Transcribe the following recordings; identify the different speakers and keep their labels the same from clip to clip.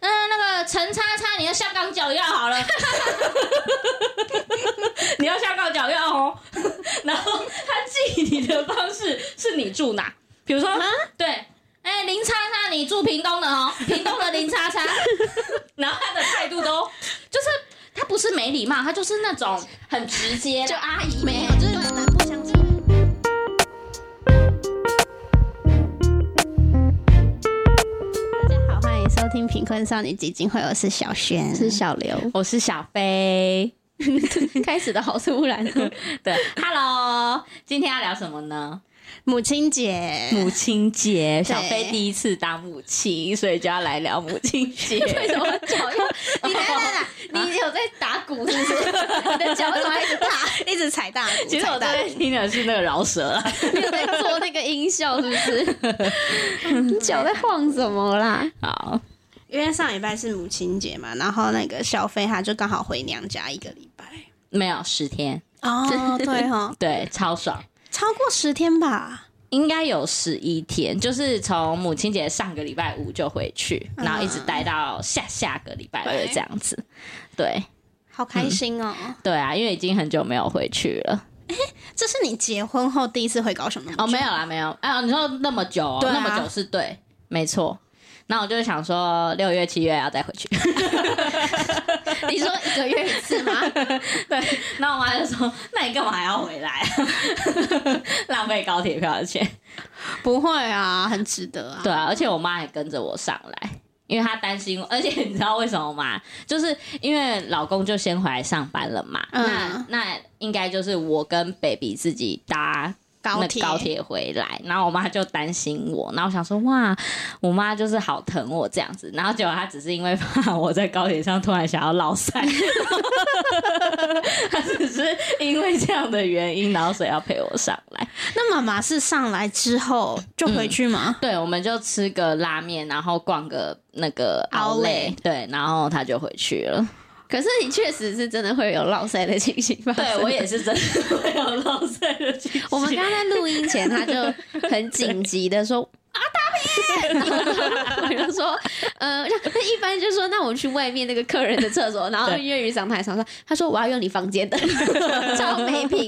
Speaker 1: 呃个陈叉叉，你的下岗脚药好了， 你要下岗脚药哦。 然后他记你的方式是你住哪，比如说对，哎、林叉叉，你住屏东的哦，屏东的林叉叉。 然后他的态度都就是他不是没礼貌，他就是那种很直接的，
Speaker 2: 就阿姨
Speaker 1: 没有
Speaker 2: 就是南南不相亲。大家好，欢迎收听贫困少女基金会，我是小轩，
Speaker 3: 是小刘，
Speaker 1: 我是小飞。
Speaker 3: 开始的好突然哦。
Speaker 1: 对，Hello，今天要聊什么呢？
Speaker 2: 母亲节，
Speaker 1: 母亲节，小
Speaker 2: 对
Speaker 1: 飞第一次当母亲，所以就要来聊母亲节。
Speaker 3: 为什么脚又？
Speaker 2: 你 来来来，你有在打鼓是不是？ 你的脚为什么一直踏， 一直踩大鼓？
Speaker 1: 其实我这
Speaker 2: 踩大鼓
Speaker 1: 边听的是那个饶舌啊啦，
Speaker 3: 你有在做那个音效是不是？ 你脚在晃什么啦？
Speaker 1: 好，
Speaker 2: 因为上礼拜是母亲节嘛，然后那个小飞他就刚好回娘家一个礼拜。
Speaker 1: 没有十天，
Speaker 2: 哦，对哈，
Speaker 1: 对，超爽，
Speaker 2: 超过十天吧。
Speaker 1: 应该有十一天，就是从母亲节上个礼拜五就回去，
Speaker 2: 嗯
Speaker 1: 然后一直待到下下个礼拜二
Speaker 2: 对
Speaker 1: 这样子。对，
Speaker 2: 好开心哦！
Speaker 1: 对啊，因为已经很久没有回去了。
Speaker 2: 这是你结婚后第一次回高雄的
Speaker 1: 哦，没有啦，没有。啊，你说那么久、哦，
Speaker 2: 对啊
Speaker 1: 那么久是对，没错。那我就想说，六月、七月要再回去。
Speaker 3: 你说一个月一次吗？
Speaker 1: 那我妈就说：“那你干嘛还要回来、啊？啊 浪费高铁票的钱。
Speaker 2: 不会啊，很值得”啊。
Speaker 1: 对啊，而且我妈还跟着我上来，因为她担心我。而且你知道为什么吗？就是因为老公就先回来上班了嘛。
Speaker 2: 嗯
Speaker 1: 那那应该就是我跟 baby 自己搭
Speaker 2: 高
Speaker 1: 那
Speaker 2: 铁，
Speaker 1: 高，铁回来，然后我妈就担心我，然后我想说哇，我妈就是好疼我这样子，然后结果她只是因为怕我在高铁上突然想要落 塞，她只是因为这样的原因，然后所以要陪我上来。
Speaker 2: 那妈妈是上来之后就回去吗？
Speaker 1: 对，我们就吃个拉面，然后逛个那个
Speaker 2: Outlet
Speaker 1: Outlet，对，然后她就回去了。
Speaker 3: 可是你确实是真的会有落腮的情形吧？
Speaker 1: 对我也是真的没有落塞的情 绪
Speaker 3: 我们刚刚在录音前，他就很紧急的 说。啊，大 便！我就说，呃，那一般就说，那我去外面那个客人的厕所，然后
Speaker 1: 对
Speaker 3: 粤语上台上说，他说我要用你房 间的，超没品。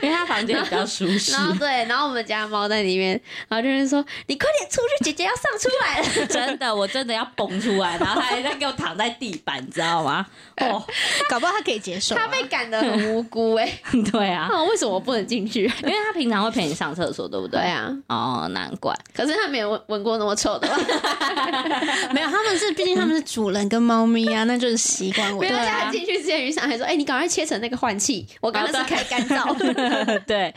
Speaker 1: 因为她房间比较舒 适
Speaker 3: 然，后对，然后我们家猫在里面，然后就是说，你快点出去，姐姐要上出来了。
Speaker 1: 真的，我真的要蹦出来，然后她还在给我躺在地板，你知道 吗？哦，
Speaker 2: 搞不好她可以接受啊、
Speaker 3: 他被赶得很无辜哎、
Speaker 1: 对啊，
Speaker 3: 那、 为什么我不能进去？
Speaker 1: 因为他平常会陪你上厕所，对不对？
Speaker 3: 对。啊，
Speaker 1: 哦，难怪。
Speaker 3: 可是他没有闻闻过那么 臭的吧？
Speaker 2: 没有，他们是毕竟他们是主人跟猫咪啊，那就是习惯
Speaker 3: 不
Speaker 2: 问
Speaker 3: 要
Speaker 2: 题。
Speaker 3: 叫
Speaker 1: 啊
Speaker 3: 他进去之前，雨伞还说：“哎、你赶快切成那个换气，我刚刚是开干燥
Speaker 1: 哦 对，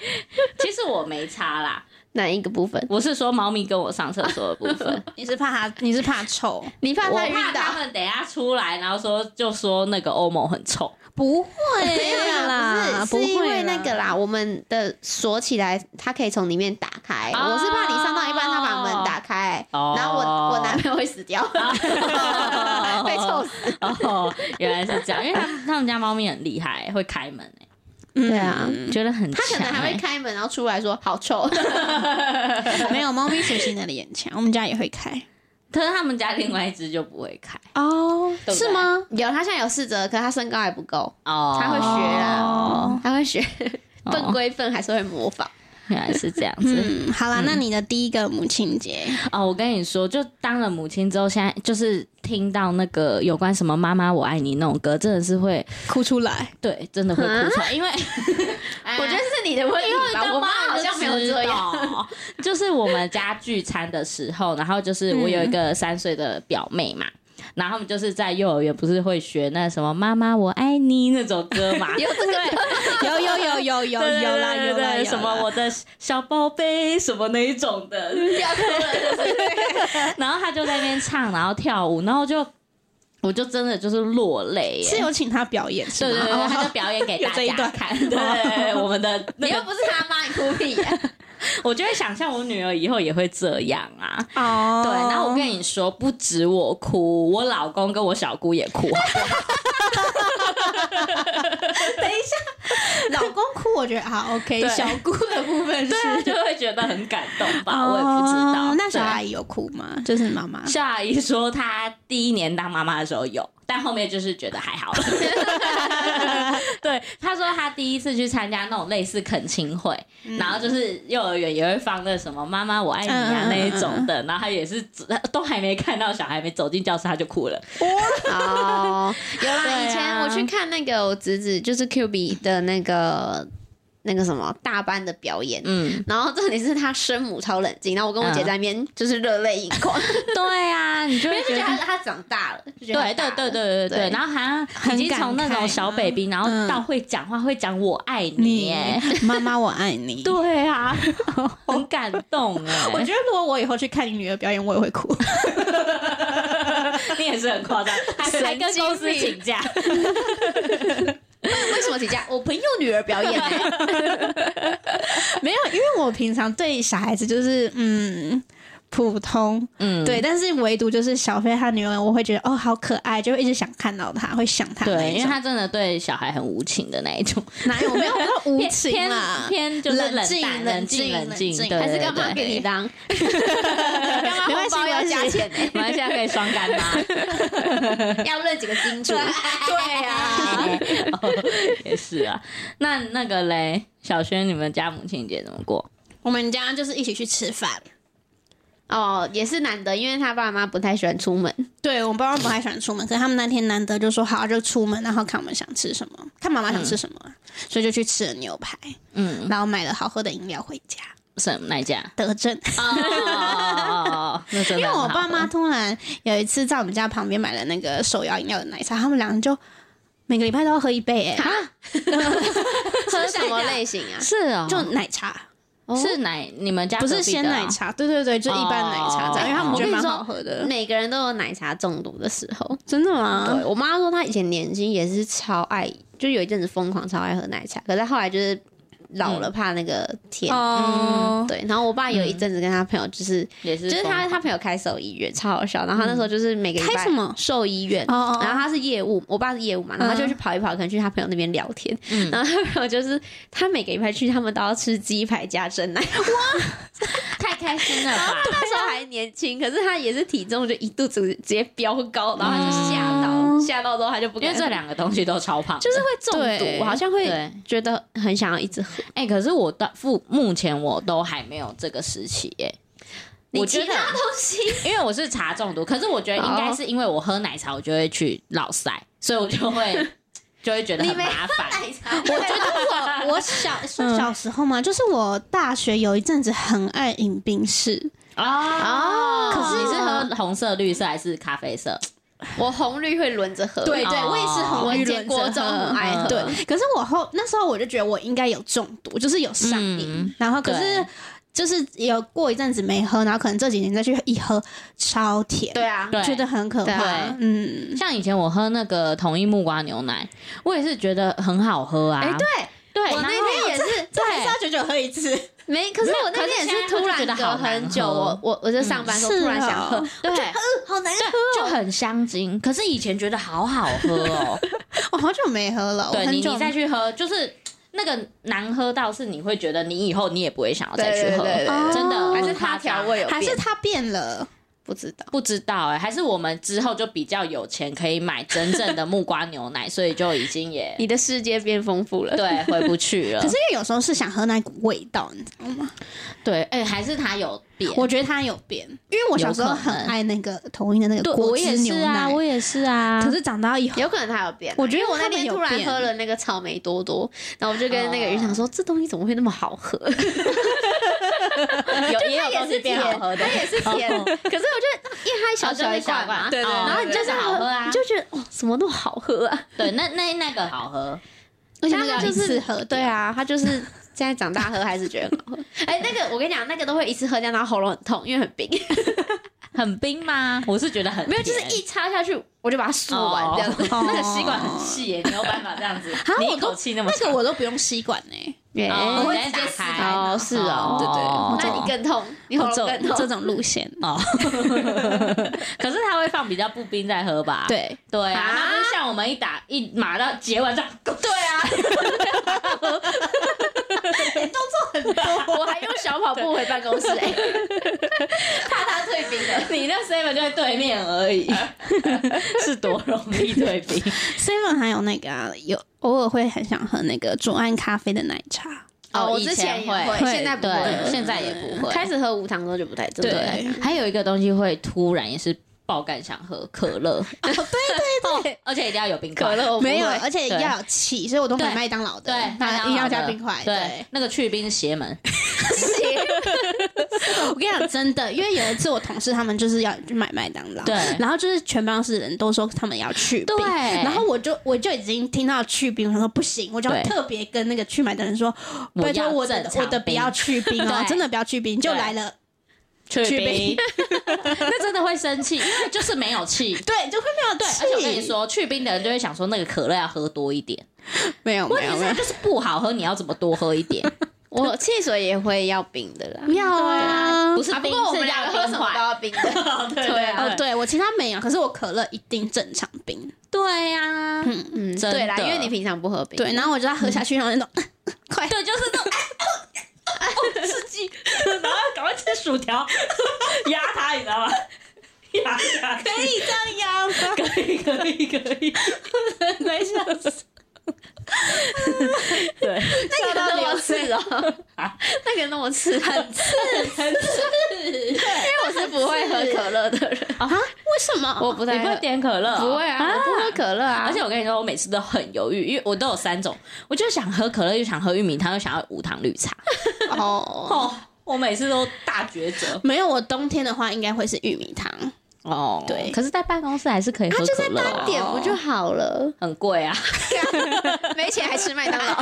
Speaker 1: 其实我没差啦，
Speaker 3: 哪一个部分？
Speaker 1: 我是说猫咪跟我上厕所的部 分，
Speaker 2: 你是怕它，你是怕臭？
Speaker 3: 你怕
Speaker 1: 我
Speaker 3: 他晕
Speaker 1: 怕他
Speaker 3: 倒？
Speaker 1: 们等一下出来，然后说就说那个欧盟很臭。
Speaker 2: 不会
Speaker 3: 没有啦，
Speaker 2: 不
Speaker 3: 不
Speaker 2: 是
Speaker 3: 是
Speaker 2: 是
Speaker 3: 因
Speaker 2: 因
Speaker 3: 为
Speaker 2: 为
Speaker 3: 那
Speaker 2: 那
Speaker 3: 个
Speaker 2: 个
Speaker 3: 啦，我们的锁起来，它可以从里面打开。
Speaker 1: 哦
Speaker 3: 我是怕你上到一半，他把门打开，
Speaker 1: 哦
Speaker 3: 然后我我男朋友会死掉， 被臭死。
Speaker 1: 哦，原来是这样，因为他们他们家猫咪很厉害，会开门欸
Speaker 2: 嗯
Speaker 3: 对啊，
Speaker 1: 觉得很
Speaker 3: 他可能
Speaker 1: 强
Speaker 3: 还会
Speaker 1: 欸
Speaker 3: 开门，然后出来说好臭。
Speaker 2: 没有猫咪学习能力很强，我们家也会开
Speaker 1: 可是他们家另外一只就不会开
Speaker 2: 哦，
Speaker 1: 对不对
Speaker 2: 是吗？
Speaker 3: 有，他现在有试着，可他身高还不够，
Speaker 1: 哦
Speaker 3: 他会学啦，
Speaker 2: 哦
Speaker 3: 他会学，
Speaker 1: 哦
Speaker 3: 笨归笨，还是会模仿。
Speaker 1: 原来是这样子。
Speaker 2: 嗯，好啦，那你的第一个母亲节，
Speaker 1: 哦，我跟你说，就当了母亲之后，现在就是听到那个有关什么“妈妈我爱你”那种歌，真的是会，
Speaker 2: 哭出来，
Speaker 1: 对，真的会哭出来，因为
Speaker 3: 我觉得是你的问题吧，哎我妈好像没有这样。
Speaker 1: 样。就是我们家聚餐的时候，然后就是我有一个三岁的表妹嘛。然后他们就是在幼儿园，不是会学那什么“妈妈我爱你”那种歌嘛？
Speaker 3: 有这个，
Speaker 2: 有有有有有
Speaker 1: 对
Speaker 2: 有啦
Speaker 1: 对
Speaker 2: 有
Speaker 1: 对
Speaker 2: 啦，
Speaker 1: 对
Speaker 2: 有
Speaker 1: 什么
Speaker 2: 啦
Speaker 1: 我的小宝贝什么那一种的，
Speaker 3: 要哭了
Speaker 1: 然后他就在那边唱，然后跳舞，然后就我就真的就是落泪耶。
Speaker 2: 是有请他表演是
Speaker 1: 对对
Speaker 2: 吗？
Speaker 1: 对，他
Speaker 2: 哦
Speaker 1: 就表演给
Speaker 2: 有
Speaker 1: 大
Speaker 2: 这一
Speaker 1: 家
Speaker 2: 段
Speaker 1: 看。 对，我们的那
Speaker 3: 你又
Speaker 1: 个，
Speaker 3: 不是 他妈，你哭屁啊呀！
Speaker 1: 我就会想象我女儿以后也会这样啊。
Speaker 2: 哦，
Speaker 1: 对，然后我跟啊你说，不止我哭，我老公跟我小姑也哭，好不好？
Speaker 2: 老公哭，我觉得好 OK，
Speaker 1: 对
Speaker 2: 小姑的部分是
Speaker 1: 对啊，就会觉得很感动吧，我也不知道
Speaker 2: 哦。那小
Speaker 1: 对
Speaker 2: 阿姨有哭吗？就是妈妈，
Speaker 1: 夏阿姨说，她第一年当妈妈的时候有，但后面就是觉得还好了。 对，她说她第一次去参加那种类似恳亲会，
Speaker 2: 嗯
Speaker 1: 然后就是幼儿园也会放那什么“妈妈我爱你啊”
Speaker 2: 嗯嗯嗯
Speaker 1: 那一种的，然后她也是都还没看到小孩，没走进教室她就哭了。
Speaker 3: 哦，有
Speaker 1: 对
Speaker 3: 啦，
Speaker 1: 啊
Speaker 3: 以前我去看那个我侄子就是 Q B 的那个那个什么大班的表演。
Speaker 1: 嗯，
Speaker 3: 然后重点是他生母超冷静，然后我跟我姐
Speaker 1: 嗯
Speaker 3: 在那边就是热泪盈 眶，
Speaker 1: 对啊，你就
Speaker 3: 因为
Speaker 1: 会
Speaker 3: 就
Speaker 1: 觉
Speaker 3: 觉
Speaker 1: 得
Speaker 3: 得他他长大了，就觉得啊
Speaker 1: 对对
Speaker 3: 他大
Speaker 1: 对
Speaker 3: 了
Speaker 1: 对对对，
Speaker 3: 对
Speaker 1: 然后好像已经从那种小 baby，然后到会讲话，会讲“我爱你
Speaker 2: 你
Speaker 1: 耶
Speaker 2: 妈妈我爱”，你。
Speaker 1: 对 啊，很感动哎。
Speaker 2: 我觉得如果我以后去看你女儿表演，我也会哭。
Speaker 1: 你也是很夸张， 还还跟公司请假，
Speaker 3: 为什么请假？我
Speaker 2: 朋友女儿表演、 没有，因为我平常对小孩子就是嗯普通，
Speaker 1: 嗯，
Speaker 2: 对，但是唯独就是小飞他女儿，我会觉得哦好可爱，就会一直想看到她，会想她那
Speaker 1: 对，因
Speaker 2: 一
Speaker 1: 为
Speaker 2: 种。
Speaker 1: 他真的对小孩很无情的那一种，
Speaker 2: 哪有没有那么无情
Speaker 1: 偏
Speaker 2: 啦？
Speaker 1: 偏就是冷
Speaker 2: 静
Speaker 1: 淡、
Speaker 2: 冷
Speaker 1: 静、冷
Speaker 2: 静，
Speaker 1: 静，
Speaker 3: 还是干嘛
Speaker 1: 给
Speaker 3: 给你当？
Speaker 2: 干嘛
Speaker 3: 没关系
Speaker 2: 红包要
Speaker 3: 没关
Speaker 2: 加
Speaker 3: 系
Speaker 2: 钱呢？
Speaker 1: 马来西亚可以双干妈，
Speaker 3: 要认几个金 主？
Speaker 2: 对啊，
Speaker 1: 也是啊。那那个嘞，小轩，你们家母亲节怎么过？
Speaker 2: 我们家就是一起去吃饭。
Speaker 3: 哦，也是难得，因为他爸妈不太喜欢出门。
Speaker 2: 对，我爸妈不太喜欢出门，可是他们那天难得就说好就出门，然后看我们想吃什么，看妈妈想吃什么啊、所以就去吃了牛排，
Speaker 1: 嗯，
Speaker 2: 然后买了好喝的饮料回家。
Speaker 1: 什么那一家？
Speaker 2: 德 政，
Speaker 1: 哦，那真的
Speaker 2: 因为我
Speaker 1: 很好
Speaker 2: 爸妈
Speaker 1: 喝
Speaker 2: 突然有一次在我们家旁边买了那个手摇饮料的奶茶，他们两个就每个礼拜都要喝一杯、哎，
Speaker 3: 是啊什么类型啊？哦
Speaker 1: 是哦，
Speaker 2: 就奶茶，
Speaker 1: 是奶你们家
Speaker 2: 不
Speaker 1: 隔
Speaker 2: 是
Speaker 1: 壁
Speaker 2: 鲜
Speaker 1: 的
Speaker 2: 奶
Speaker 1: 哦
Speaker 2: 茶，对对对，就一般奶茶这样，因为他们觉得蛮好喝的。
Speaker 3: 每个人都有奶茶中毒的时候。
Speaker 2: 真的
Speaker 3: 对
Speaker 2: 吗？
Speaker 3: 我妈说，她以前年轻也是超爱，就有一阵子疯狂超爱喝奶茶，可是她后来就是老了怕那个甜。
Speaker 2: 哦，
Speaker 3: 对，然后我爸有一阵子跟他朋友就是，
Speaker 1: 也嗯是
Speaker 3: 就是
Speaker 1: 疯
Speaker 3: 他
Speaker 1: 狂
Speaker 3: 他朋友开兽医院，超好笑。然后他那时候就是每个礼拜
Speaker 2: 开什么
Speaker 3: 兽医院，
Speaker 2: 哦哦哦
Speaker 3: 然后他是业务，我爸是业务嘛，然后他就去跑一跑，可能去他朋友那边聊天。 然后他朋友就是他每个礼拜去，他们都要吃鸡排加蒸奶。
Speaker 1: 太开心了吧？
Speaker 3: 那时候还年轻，可是他也是体重就一度直直接飙高，然后他就吓到，吓到之后他就不
Speaker 1: 因
Speaker 3: 敢
Speaker 1: 为这两个东西都超胖的，
Speaker 3: 就是会中
Speaker 2: 对
Speaker 3: 毒，好像会
Speaker 1: 对。
Speaker 3: 觉得很想要一直喝。
Speaker 1: 哎、可是我到父目前我都还没有这个时期耶、我觉得
Speaker 3: 你其，他东西
Speaker 1: 因为我是茶中毒，可是我觉得应该是因为我喝奶茶，我就会去老塞，所以我就 会就会觉得很麻烦。
Speaker 3: 奶茶，
Speaker 2: 我觉得我我 小说小时候嘛，就是我大学有一阵子很爱饮冰室，
Speaker 1: 哦，
Speaker 2: 可是
Speaker 1: 你是喝红色、绿色还是咖啡色？
Speaker 3: 我红绿会轮着喝。
Speaker 2: 对对，
Speaker 1: 哦
Speaker 2: 我也是红
Speaker 3: 我
Speaker 2: 绿
Speaker 3: 以前
Speaker 2: 轮
Speaker 3: 国中很爱喝
Speaker 2: 对，可是我后那时候我就觉得我应该有中毒，就是有上瘾，
Speaker 1: 嗯
Speaker 2: 然后可是
Speaker 1: 对
Speaker 2: 就是有过一阵子没喝，然后可能这几年再去一喝，超甜，
Speaker 3: 对啊，
Speaker 1: 对，
Speaker 2: 觉得很可怕
Speaker 1: 对，
Speaker 2: 嗯。
Speaker 1: 像以前我喝那个统一木瓜牛奶，我也是觉得很好喝啊。
Speaker 3: 哎对。
Speaker 1: 对，
Speaker 3: 我
Speaker 1: 然
Speaker 3: 那
Speaker 1: 后
Speaker 3: 天也是
Speaker 2: 这还是要久久喝一次，
Speaker 3: 没，可是我那天也是突然隔很久，我我我就上班的时候
Speaker 2: 嗯
Speaker 3: 突然想喝
Speaker 2: 是哦，
Speaker 3: 对，
Speaker 2: 好难
Speaker 1: 对就很香精，可是以前觉得好好喝哦。
Speaker 2: 我好久没喝了，我
Speaker 1: 对你，
Speaker 2: 哦很久
Speaker 1: 你再去喝，就是那个难喝到是你会觉得你以后你也不会想要再去喝，
Speaker 3: 对对对
Speaker 2: 对
Speaker 1: 真的
Speaker 2: 哦
Speaker 1: 很
Speaker 3: 还是它
Speaker 1: 夸张
Speaker 3: 调味有
Speaker 2: 还
Speaker 3: 变，
Speaker 2: 是它变了，
Speaker 3: 不知道。
Speaker 1: 不知道哎、还是我们之后就比较有钱，可以买真正的木瓜牛奶，所以就已经也
Speaker 3: 你的世界变丰富了，
Speaker 1: 对回不去了。
Speaker 2: 可是因为有时候是想喝那股味道，你知道吗？
Speaker 1: 对，哎、还是它有变。
Speaker 2: 我觉得它有变，因为我小时候
Speaker 1: 有可
Speaker 2: 很
Speaker 1: 能
Speaker 2: 爱那个统一的那
Speaker 1: 对
Speaker 2: 个
Speaker 1: 我
Speaker 2: 果
Speaker 1: 也
Speaker 2: 汁
Speaker 1: 是
Speaker 2: 牛
Speaker 1: 啊，
Speaker 2: 奶，
Speaker 1: 我也是啊。
Speaker 2: 可是长大 以后，
Speaker 3: 有可能它有变啊。
Speaker 2: 我觉得
Speaker 3: 因为我那
Speaker 2: 他们
Speaker 3: 天
Speaker 2: 有
Speaker 3: 突然
Speaker 2: 变
Speaker 3: 喝了那个草莓多多，然后我就跟那个鱼
Speaker 1: 哦
Speaker 3: 想说，这东西怎么会那么好 喝？
Speaker 1: 有也有
Speaker 3: 它也
Speaker 1: 东西
Speaker 3: 是
Speaker 1: 变好
Speaker 3: 甜，
Speaker 1: 喝的
Speaker 3: 它，也是甜。可是我觉得，因为它小小一罐 嘛，
Speaker 2: 对对
Speaker 1: 哦
Speaker 3: 然后你
Speaker 1: 就是好喝啊
Speaker 3: 你。就觉得哦，怎么那么好喝啊？
Speaker 1: 对，那那那个好喝，
Speaker 2: 而且那
Speaker 3: 它
Speaker 2: 个要
Speaker 3: 就
Speaker 2: 一次
Speaker 3: 是
Speaker 2: 喝
Speaker 3: 对
Speaker 2: 掉
Speaker 3: 啊，它就是现在长大喝还是觉得很好喝。哎，那个我跟你讲，那个都会一次喝掉，然后喉咙很痛，因为很 冰。
Speaker 1: 很冰吗？我是觉得很
Speaker 3: 没有，就是
Speaker 1: 甜哦
Speaker 3: 一插下去我就把它漱完这样子。
Speaker 1: 那个吸管
Speaker 2: 哦
Speaker 1: 很细耶，你有办法这样子？你一口气那么
Speaker 2: 那
Speaker 1: 长
Speaker 2: 个我都不用吸管呢，
Speaker 3: 耶
Speaker 1: 哦
Speaker 2: 我会
Speaker 1: 直接
Speaker 2: 直接
Speaker 1: 打开
Speaker 2: 撕开
Speaker 3: 哦是哦
Speaker 2: 对对
Speaker 1: 哦
Speaker 3: 那你更痛，你喉
Speaker 2: 这
Speaker 3: 咙更
Speaker 2: 种这
Speaker 3: 痛。
Speaker 2: 种路线，
Speaker 1: 哦，可是他会放比较不冰再喝吧？
Speaker 2: 对，
Speaker 1: 对啊，
Speaker 3: 啊
Speaker 1: 那不是像我们一打一码到结完账，
Speaker 3: 对啊，动作 很多，我还用小跑步回办 公室、哎，怕他退兵了。
Speaker 1: 你那 seven 就在对面而已，是多容易退兵。
Speaker 2: Seven 还有那个、啊、有偶尔会很想喝那个左岸咖啡的奶茶，
Speaker 3: 哦
Speaker 1: 以
Speaker 3: 我之前也
Speaker 1: 会，
Speaker 3: 会现在不会
Speaker 1: 对
Speaker 3: 了
Speaker 1: 现在也不会。
Speaker 3: 开始喝无糖之后就不太对，
Speaker 1: 对，还有一个东西会突然也是爆干想喝可
Speaker 3: 哦
Speaker 1: 乐，对对 对，而且一定要有冰块
Speaker 3: 可。哦乐我不
Speaker 2: 没有，
Speaker 3: 会
Speaker 2: 而且
Speaker 1: 对
Speaker 2: 要有气，所以我都买
Speaker 1: 对
Speaker 2: 麦当劳的，
Speaker 1: 对，
Speaker 2: 那一定要加冰块。
Speaker 1: 对，，那个去冰邪 门，
Speaker 2: 我跟你讲真的，因为有一次我同事他们就是要去买麦当劳，
Speaker 1: 对
Speaker 2: 然后就是全办公室的人都说他们要去冰，
Speaker 1: 对
Speaker 2: 然后我就我就已经听到去冰，我想说不行，我就要
Speaker 1: 对
Speaker 2: 特别跟那个去买的人说，
Speaker 1: 我
Speaker 2: 拜托
Speaker 1: 要
Speaker 2: 我的
Speaker 1: 正常
Speaker 2: 我的不
Speaker 1: 冰
Speaker 2: 要去冰哦，
Speaker 1: 对
Speaker 2: 真的不要去冰，就来了，
Speaker 1: 去
Speaker 2: 去 冰，
Speaker 1: 那真的会生气，因为就是没有气。
Speaker 2: 对，就会没有
Speaker 1: 对，而且我跟你，说，去冰的人就会想说，那个可乐要喝多一点。
Speaker 2: 没有
Speaker 1: 问
Speaker 2: 没
Speaker 1: 题
Speaker 2: 有
Speaker 1: 是
Speaker 2: 没
Speaker 1: 它
Speaker 2: 有，
Speaker 1: 就是不好喝，你要怎么多喝一 点？
Speaker 3: 我汽水也会要冰的啦，
Speaker 2: 要啊
Speaker 1: 不。是
Speaker 3: 啊，不
Speaker 1: 冰，
Speaker 3: 过我
Speaker 1: 是
Speaker 3: 们两
Speaker 1: 要
Speaker 3: 个喝
Speaker 1: 冰
Speaker 3: 什么啊都
Speaker 1: 块。
Speaker 3: 要冰的，
Speaker 1: 对
Speaker 2: 哦
Speaker 1: 啊，，
Speaker 2: 对我其他没有，可是我可乐一定正常冰。
Speaker 1: 对啊呀，
Speaker 3: 嗯，
Speaker 1: 真的
Speaker 3: 对啦，因为你平常不喝冰，
Speaker 2: 对，然后我就要喝下去，然后那种
Speaker 1: 嗯
Speaker 2: 快
Speaker 1: 对，就是那种 哦刺 激，然后赶快吃薯条，压它，你知道吗？压它，
Speaker 2: 可以这样吗？
Speaker 1: 可以， 可以，可 以，在笑死。对，
Speaker 3: 那个那么刺哦，
Speaker 1: 啊
Speaker 3: 那个那么 刺，很刺，
Speaker 1: 很 刺
Speaker 3: 因为我是不会喝可乐的人，
Speaker 2: 啊？为什么？
Speaker 3: 我不
Speaker 1: 你
Speaker 3: 太
Speaker 1: 不
Speaker 3: 喝
Speaker 1: 会点可乐哦？
Speaker 3: 不会啊，我不喝可乐啊，
Speaker 1: 而且我跟你说，我每次都很犹豫，因为我都有三种，我就想喝可乐，又想喝玉米汤，又想要无糖绿茶。
Speaker 2: 哦，
Speaker 1: 哦，我每次都大抉择。
Speaker 2: 没有，我冬天的话应该会是玉米汤。
Speaker 1: 哦，
Speaker 2: 对
Speaker 1: 可是，在办公室还是可以喝
Speaker 3: 就
Speaker 1: 可
Speaker 3: 在
Speaker 1: 乐、
Speaker 3: 单
Speaker 1: 啊，
Speaker 3: 点不就好了？
Speaker 1: 很贵啊。
Speaker 3: 没钱还吃麦当劳，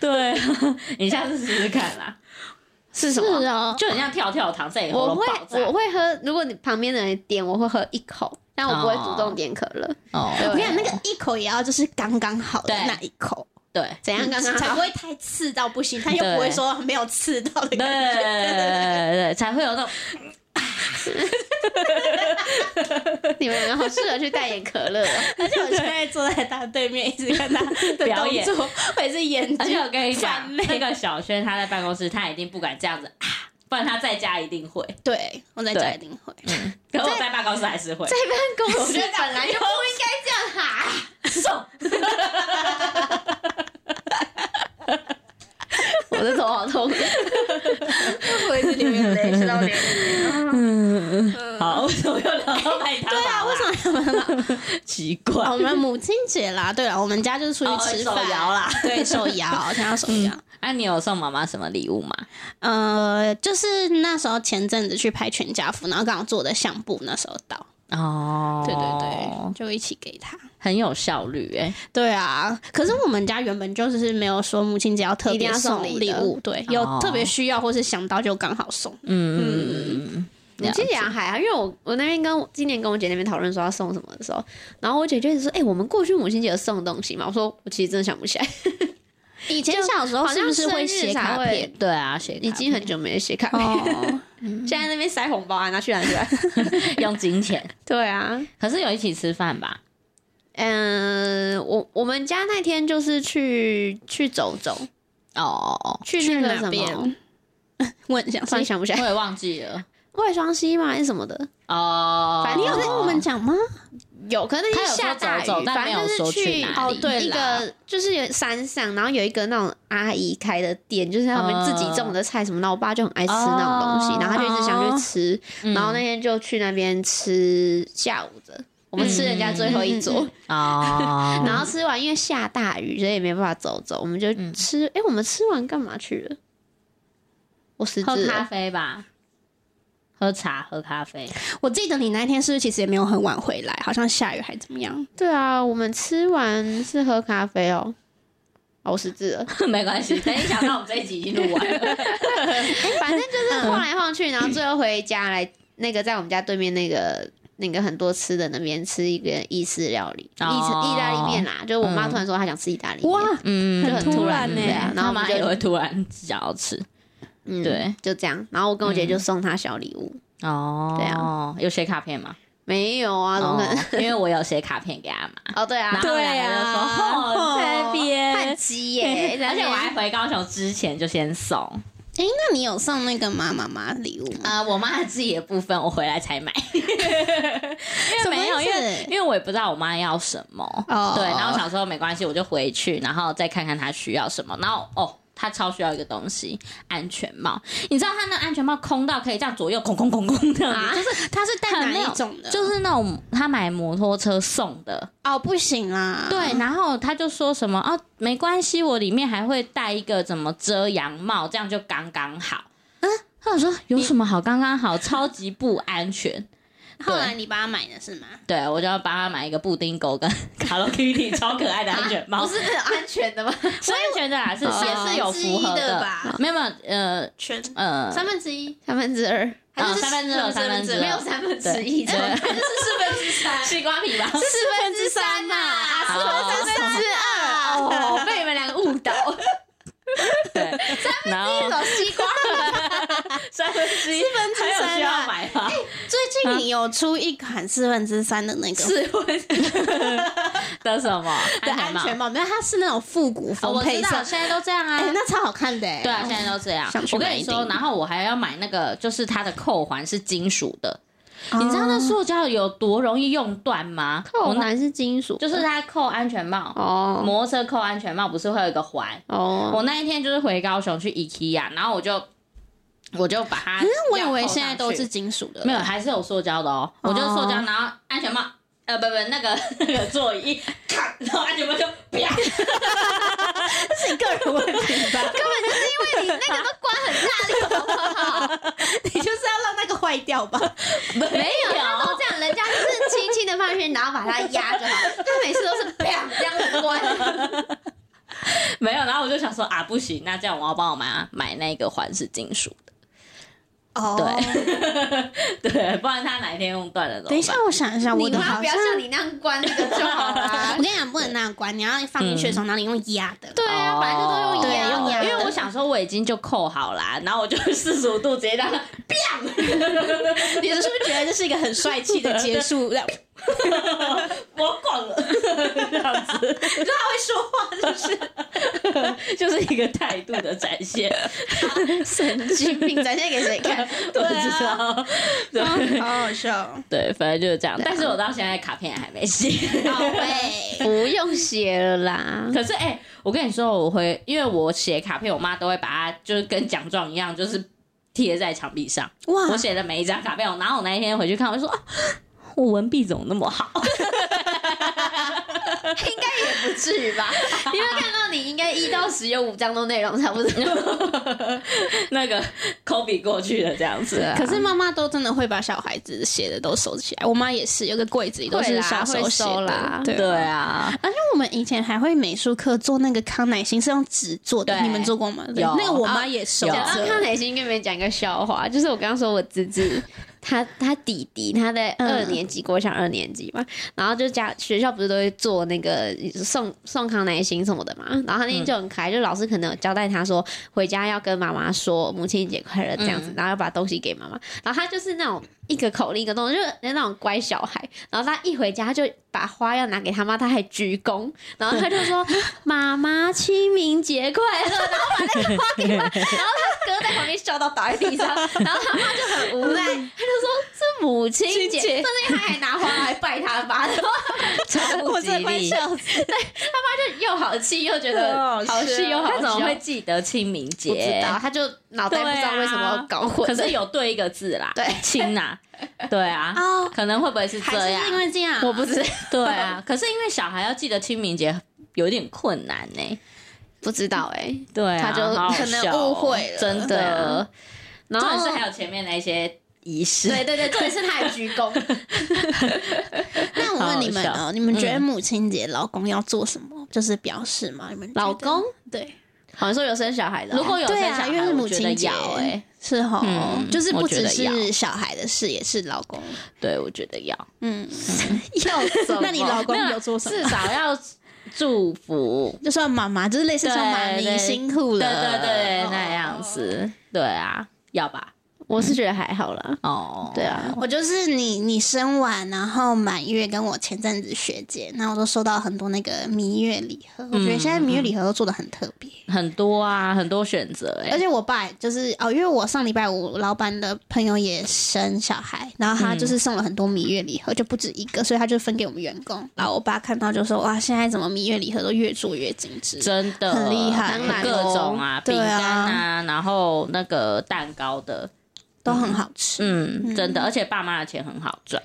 Speaker 1: 对，啊你下次试试看啦。
Speaker 3: 是
Speaker 2: 是哦，
Speaker 1: 就很像跳跳糖，在你喉
Speaker 3: 我
Speaker 1: 咙
Speaker 3: 会
Speaker 1: 爆炸。
Speaker 3: 我会喝，如果你旁边的人点，我会喝一口，但我不会主动点可乐。
Speaker 1: 哦，
Speaker 2: 我
Speaker 3: 对
Speaker 2: 跟你讲，那个一口也要就是刚刚好的
Speaker 1: 对
Speaker 2: 那一口，
Speaker 1: 对
Speaker 3: 怎样刚刚
Speaker 2: 嗯才
Speaker 3: 好
Speaker 2: 不？ 会太刺到不行，但又不会说没有刺到的
Speaker 1: 对对
Speaker 2: 感
Speaker 1: 对
Speaker 2: 觉。
Speaker 1: 对对对，才会有那种
Speaker 3: 你们两个好适合去代言可乐哦，
Speaker 2: 而且我现在坐在他对面，一直看 他的
Speaker 1: 表演
Speaker 2: 动作，我也是研究
Speaker 1: 而且我跟你讲，
Speaker 2: 犯累
Speaker 1: 那个小轩他在办公室，他一定不敢这样子啊，不然他在家一定会。
Speaker 2: 对，我在家一定会。
Speaker 1: 可是我在办公室还是会
Speaker 3: 在办公室
Speaker 1: 我觉得
Speaker 3: 本来就不应该这样 喊。
Speaker 1: 送。
Speaker 3: 我的头好痛，
Speaker 2: 我也是流眼泪，知道吗？
Speaker 1: 好，为什么又聊到麦当劳？
Speaker 2: 嗯对啊，为什
Speaker 1: 么
Speaker 2: 么要买麦当劳？
Speaker 1: 奇怪？
Speaker 2: 我们母亲节啦，对了，我们家就是出
Speaker 1: 哦
Speaker 2: 去吃
Speaker 1: 手
Speaker 2: 饭
Speaker 1: 摇啦，
Speaker 2: 对，手摇，想要手摇。
Speaker 1: 啊，你有送妈妈什么礼物吗？
Speaker 2: 呃，就是那时候前阵子去拍全家福，然后刚好做的相簿那时候到，
Speaker 1: 哦，
Speaker 2: 对对对，，就一起给他。
Speaker 1: 很有效率哎。
Speaker 2: 对啊，可是我们家原本就是没有说母亲节要特
Speaker 3: 一定
Speaker 2: 别
Speaker 3: 要送礼
Speaker 2: 礼
Speaker 3: 的
Speaker 2: 物，哦对，有特别需要或是想到就刚好送。
Speaker 1: 嗯嗯
Speaker 3: 你其实也还好，因为我我那边跟我今年跟我姐那边讨论说要送什么的时候，然后我姐就一直说：“哎、我们过去母亲节有送东西嘛？”我说：“我其实真的想不 起来，
Speaker 2: 以前小时候是不是会写卡
Speaker 3: 好像生日才
Speaker 2: 片
Speaker 3: 会？
Speaker 1: 嗯，对啊，写
Speaker 3: 已经很久没写卡片，
Speaker 2: 哦，
Speaker 3: 现在那边塞红包啊，拿去拿 去拿去。
Speaker 1: 用金钱，
Speaker 3: 对啊，
Speaker 1: 可是有一起吃饭吧？
Speaker 3: 嗯、我我们家那天就是去去走走，
Speaker 1: 哦，
Speaker 3: 去
Speaker 2: 去
Speaker 3: 那个
Speaker 2: 哪
Speaker 3: 什么
Speaker 2: 边，？ 我很想
Speaker 3: 突然
Speaker 2: 说，
Speaker 3: 想不起
Speaker 1: 我
Speaker 3: 来，
Speaker 1: 也忘记了。
Speaker 3: 外双溪嘛还是什么的，
Speaker 1: 哦，
Speaker 3: 反
Speaker 2: 你
Speaker 3: 正
Speaker 2: 有跟我们讲吗？
Speaker 3: 有可能那
Speaker 1: 他有
Speaker 3: 天
Speaker 1: 说
Speaker 3: 下大雨，
Speaker 1: 走走但
Speaker 3: 反
Speaker 1: 没有
Speaker 3: 正就
Speaker 1: 说
Speaker 3: 是
Speaker 1: 去哪
Speaker 2: 里
Speaker 3: 哦，对，
Speaker 2: 一
Speaker 3: 一
Speaker 2: 啦
Speaker 3: 个就是有山上，然后有一个那种阿姨开的店，就是他们自己种的菜什么，然后我爸就很爱吃那种东西
Speaker 1: 哦，
Speaker 3: 然后他就一直想去吃，
Speaker 1: 嗯
Speaker 3: 然后那天就去那边吃下午的，我们吃人家最后一桌，
Speaker 2: 嗯
Speaker 1: 哦，
Speaker 3: 然后吃完因为下大雨，所以也没办法走走，我们就
Speaker 2: 嗯
Speaker 3: 吃，哎，我们吃完干嘛去了？我失
Speaker 1: 喝
Speaker 3: 智
Speaker 1: 咖
Speaker 3: 了，
Speaker 1: 啡吧，喝茶喝咖 啡。
Speaker 2: 我记得你那天是不是其实也没有很晚回来，好像下雨还怎么样？
Speaker 3: 对啊，我们吃完是喝咖啡哦，哦我失智 了。
Speaker 1: 没关系，等一想到我们这一集已经录完了。
Speaker 3: 反正就是
Speaker 2: 嗯
Speaker 3: 晃来晃去，然后最后回家来那个在我们家对面那个那个很多吃的那边吃一个意式料理，意
Speaker 1: 哦
Speaker 3: 意大利面啦。就是我妈
Speaker 1: 嗯
Speaker 3: 突然说她想吃意大利面，
Speaker 2: 哇，
Speaker 1: 嗯
Speaker 3: 就很突然
Speaker 2: 呢
Speaker 3: 对啊，然
Speaker 1: 然后
Speaker 3: 后我们
Speaker 1: 妈也
Speaker 3: 就
Speaker 1: 会突然想要吃
Speaker 3: 嗯
Speaker 1: 对，
Speaker 2: 嗯
Speaker 3: 就这样。然后我跟我姐就送她小礼物，
Speaker 1: 哦
Speaker 3: 对
Speaker 1: 啊，有写卡片吗？
Speaker 3: 没有啊，怎么可能？
Speaker 1: 哦 因为我有写卡片给阿妈，
Speaker 3: 哦，对啊
Speaker 1: 然，后
Speaker 2: 对
Speaker 1: 两个人
Speaker 2: 啊
Speaker 1: 说哦这
Speaker 3: 很
Speaker 1: 边，
Speaker 3: 急耶，
Speaker 1: 而且我还回高雄之前就先送。
Speaker 2: 哎，那你有送那个妈妈妈礼物吗？
Speaker 1: 呃，我妈自己的部分我回来才 买，因为没有，
Speaker 2: 什么意
Speaker 1: 因
Speaker 2: 思
Speaker 1: 为因为我也不知道我妈要什么，
Speaker 2: 哦
Speaker 1: 对，然后想说没关系，我就回去，然后再看看她需要什么，然后哦。她超需要一个东西，安全帽。你知道她那安全帽空到可以这样左右空空空空这样子，
Speaker 2: 就是啊它是带
Speaker 1: 很
Speaker 2: 哪
Speaker 1: 没有
Speaker 2: 一种的？
Speaker 1: 就是那种她买摩托车送的，
Speaker 2: 哦，不行啦。
Speaker 1: 对，然后他就说什么哦，没关系，我里面还会带一个怎么遮阳帽，这样就刚刚好。嗯，他说有什么好刚刚好，超级不安全。
Speaker 2: 嗯后来你帮他买的是吗？
Speaker 1: 对，我就要帮他买一个布丁狗跟 Hello Kitty 超可爱的 安全帽，
Speaker 3: 不是安全的吗？
Speaker 1: 我也觉得啦，是
Speaker 2: 哦
Speaker 1: 也是有符合
Speaker 2: 之一的吧
Speaker 1: 没有没有，呃
Speaker 2: 全
Speaker 1: 呃，
Speaker 2: 三分之一，
Speaker 3: 三分之二
Speaker 2: 还
Speaker 1: 哦
Speaker 2: 是
Speaker 1: 三分之二
Speaker 2: 四
Speaker 1: 三分之二
Speaker 2: 没
Speaker 3: 没
Speaker 2: 有
Speaker 3: 有
Speaker 2: 三
Speaker 3: 三分之一的，
Speaker 1: 对
Speaker 3: 就是四分之 三，
Speaker 1: 西瓜皮吧。
Speaker 3: 四分之三呐，啊
Speaker 1: 哦
Speaker 3: 四分之二，哦，被你们两个误导，
Speaker 1: 对，然后
Speaker 3: 这种西瓜
Speaker 1: 三分之一，
Speaker 2: 分之
Speaker 1: 还有
Speaker 2: 三
Speaker 1: 需要
Speaker 2: 啊
Speaker 1: 买吗？
Speaker 2: 最近有出一款四分之三的那个
Speaker 3: 四分 之
Speaker 1: 的什么
Speaker 2: 的安全帽，没有，它是那种复古
Speaker 1: 哦
Speaker 2: 风
Speaker 1: 我知
Speaker 2: 配色，
Speaker 1: 道，现在都这样啊。
Speaker 2: 哎，那超好看的哎。
Speaker 1: 对啊，现在都这样
Speaker 2: 想。去
Speaker 1: 我跟
Speaker 2: 买
Speaker 1: 你
Speaker 2: 一
Speaker 1: 说，
Speaker 2: 顶
Speaker 1: 然后我还要买那个，就是它的扣环是金属的。
Speaker 2: 哦
Speaker 1: 你知道那塑胶有多容易用断吗？我那
Speaker 3: 环是金属的，
Speaker 1: 就是它扣安全帽，
Speaker 3: 哦
Speaker 1: 摩托车扣安全帽不是会有一个环？
Speaker 3: 哦，
Speaker 1: 我那一天就是回高雄去 IKEA，然后我就我就把它，
Speaker 2: 可是我以为现在都是金属的，
Speaker 1: 没有，还是有塑胶的哦。我就塑胶，然后安全帽。呃，不不，那个 那个座椅一咔，然后安全帽就啪，
Speaker 2: 是个人问题吧？
Speaker 3: 根本就是因为你那个都关很大力，
Speaker 2: 你就是要让那个坏掉吧？
Speaker 1: 没
Speaker 3: 没有，他都这样，人家就是轻轻的放下去，然后把它压就好，他每次都是啪这样子关，
Speaker 1: 没有，然后我就想说啊，不行，那这样我要帮我妈买那个环是金属
Speaker 2: 哦，
Speaker 1: 对对，不然他哪一天用断了怎么办？
Speaker 2: 等一下，我想一下，我
Speaker 3: 你
Speaker 2: 的
Speaker 3: 妈
Speaker 2: 好
Speaker 3: 不要
Speaker 2: 像。
Speaker 3: 像你那样关那个就好啦
Speaker 2: 我跟。你讲，不能那样关，你要放进去的时候，然后你用压的。
Speaker 3: 对啊，本来就都用
Speaker 2: 对
Speaker 3: 压，
Speaker 2: 用压
Speaker 1: 哦因为我想说我已经就扣好啦，然后我就四十五度直接让它，
Speaker 2: 你是不是觉得这是一个很帅气的结束？这样
Speaker 1: 我滚了，这样子，
Speaker 2: 你知道他会说话，就 是
Speaker 1: 就是一个态度的展现。
Speaker 3: 神 经病，展现给谁看？
Speaker 2: 啊
Speaker 1: 我知道，对
Speaker 2: 好好笑。
Speaker 1: 对，反正就是这样。但是我到现在卡片还没写。
Speaker 2: 好喂，
Speaker 3: 不用写了啦。
Speaker 1: 可是哎、我跟你说，我会因为我写卡片，我妈都会把它就是跟奖状一样，就是贴在墙壁上。
Speaker 2: 哇
Speaker 1: 我写的每一张卡片，然后我那一天回去看，我就说、啊、我文笔怎么那么好？
Speaker 3: 应该也不至于吧？ 因为看到你应该一到十有五张都内容差不多。
Speaker 1: 那个 Kobe 过去的这样子。
Speaker 2: 可是妈妈都真的会把小孩子写的都收起来，我妈也是，有个柜子里都是小时候写
Speaker 3: 会啦会收
Speaker 2: 的
Speaker 3: 啦。
Speaker 1: 对啊，
Speaker 2: 而且我们以前还会美术课做那个康乃馨，是用纸做的，
Speaker 1: 对
Speaker 2: 你们做过吗？对
Speaker 1: 有
Speaker 2: 那个我妈也收
Speaker 1: 有
Speaker 3: 讲到康
Speaker 2: 着。
Speaker 3: 乃馨，跟你们讲一个笑话，就是我刚刚说我侄子。他他弟弟他在
Speaker 2: 嗯
Speaker 3: 二年级，国小二年级嘛，然后就家学校不是都会做那个送送康乃馨什么的嘛，然后他那天就很可爱，就老师可能有交代他说回家要跟妈妈说母亲节快乐这样子，然后要把东西给妈妈，然后他就是那种一个口令一个动作，就是那种乖小孩，然后他一回家就把花要拿给他妈，他还鞠躬，然后他就说妈妈清明节快乐，然后把那个花 给他，然后他哥在旁边笑到倒在地上，然后他妈就很无奈，他就说是母亲节，
Speaker 2: 亲节
Speaker 3: 但是因为他还拿花来拜他妈，然后
Speaker 1: 超不吉利。
Speaker 2: 死！
Speaker 3: 他就又好气又觉得
Speaker 2: 好好
Speaker 3: 好
Speaker 2: 笑
Speaker 3: 气又
Speaker 1: 他
Speaker 3: 好
Speaker 1: 怎么
Speaker 3: 笑，
Speaker 1: 会记得清明
Speaker 3: 不知
Speaker 1: 节？
Speaker 3: 道，他就脑袋不知道为什么搞混，
Speaker 1: 可是有对一个字啦，
Speaker 3: 对
Speaker 1: 清呐，对啊，
Speaker 2: 哦
Speaker 1: 可能会不会是
Speaker 2: 还
Speaker 1: 这样
Speaker 2: 是？因为这样，
Speaker 3: 啊我不知
Speaker 1: 对啊，可是因为小孩要记得清明节有点困难呢。
Speaker 3: 不知道哎、
Speaker 1: 对啊，
Speaker 3: 他就
Speaker 1: 好好
Speaker 2: 可能
Speaker 1: 笑哦
Speaker 2: 误会了
Speaker 1: 真
Speaker 3: 对
Speaker 1: 的
Speaker 3: 啊。然
Speaker 1: 重
Speaker 3: 后
Speaker 1: 点是还有前面的一些仪式，
Speaker 3: 对对对，重点是他还鞠躬。
Speaker 2: 那我问你们
Speaker 1: 好好
Speaker 2: 哦，你们觉得母亲节老公要做什么？就是表示吗？你们觉得
Speaker 3: 老公
Speaker 2: 对
Speaker 3: 好像说有生小孩的哦、
Speaker 1: 如果有生
Speaker 2: 对
Speaker 1: 小
Speaker 2: 啊，
Speaker 1: 孩，
Speaker 2: 因为是母亲节
Speaker 1: 我觉得要哎，
Speaker 2: 是哦，
Speaker 1: 嗯
Speaker 2: 就是不
Speaker 1: 我觉
Speaker 2: 只
Speaker 1: 得
Speaker 2: 是
Speaker 1: 要
Speaker 2: 小孩的事，也是老公。
Speaker 1: 对我觉得要。
Speaker 2: 嗯，
Speaker 3: 要什 么
Speaker 2: 那你老公
Speaker 1: 没有啦啊
Speaker 2: 有做什
Speaker 1: 至
Speaker 2: 么？，
Speaker 1: 少要祝福
Speaker 2: 就算妈妈，就是类似说妈
Speaker 1: 对
Speaker 2: 你
Speaker 1: 对
Speaker 2: 辛苦
Speaker 1: 对
Speaker 2: 了，
Speaker 1: 对对，
Speaker 2: 哦
Speaker 1: 那样。子，对啊，要吧？
Speaker 3: 我是觉得还好啦。
Speaker 1: 哦，
Speaker 3: 对啊，
Speaker 2: 我就是你，你生完然后满月，跟我前阵子学姐，那我都收到很多那个蜜月礼盒。我觉
Speaker 1: 嗯
Speaker 2: 得现在蜜月礼盒都做的很特别，
Speaker 1: 很多啊，很多选择哎、
Speaker 2: 而且我爸也就是哦，因为我上礼拜五老板的朋友也生小孩，然后他就是送了很多蜜月礼盒，就不止一个，所以他就分给我们员工。然后我爸看到就说：“哇，现在怎么蜜月礼盒都越做越精致？”
Speaker 1: 真的
Speaker 2: 很厉害
Speaker 3: 当然
Speaker 1: 各
Speaker 3: 咯
Speaker 1: 种啊，饼
Speaker 2: 对啊
Speaker 1: 干啊，然后那个蛋糕的，
Speaker 2: 都很好吃。
Speaker 1: 嗯，真的，而且爸妈的钱很好赚，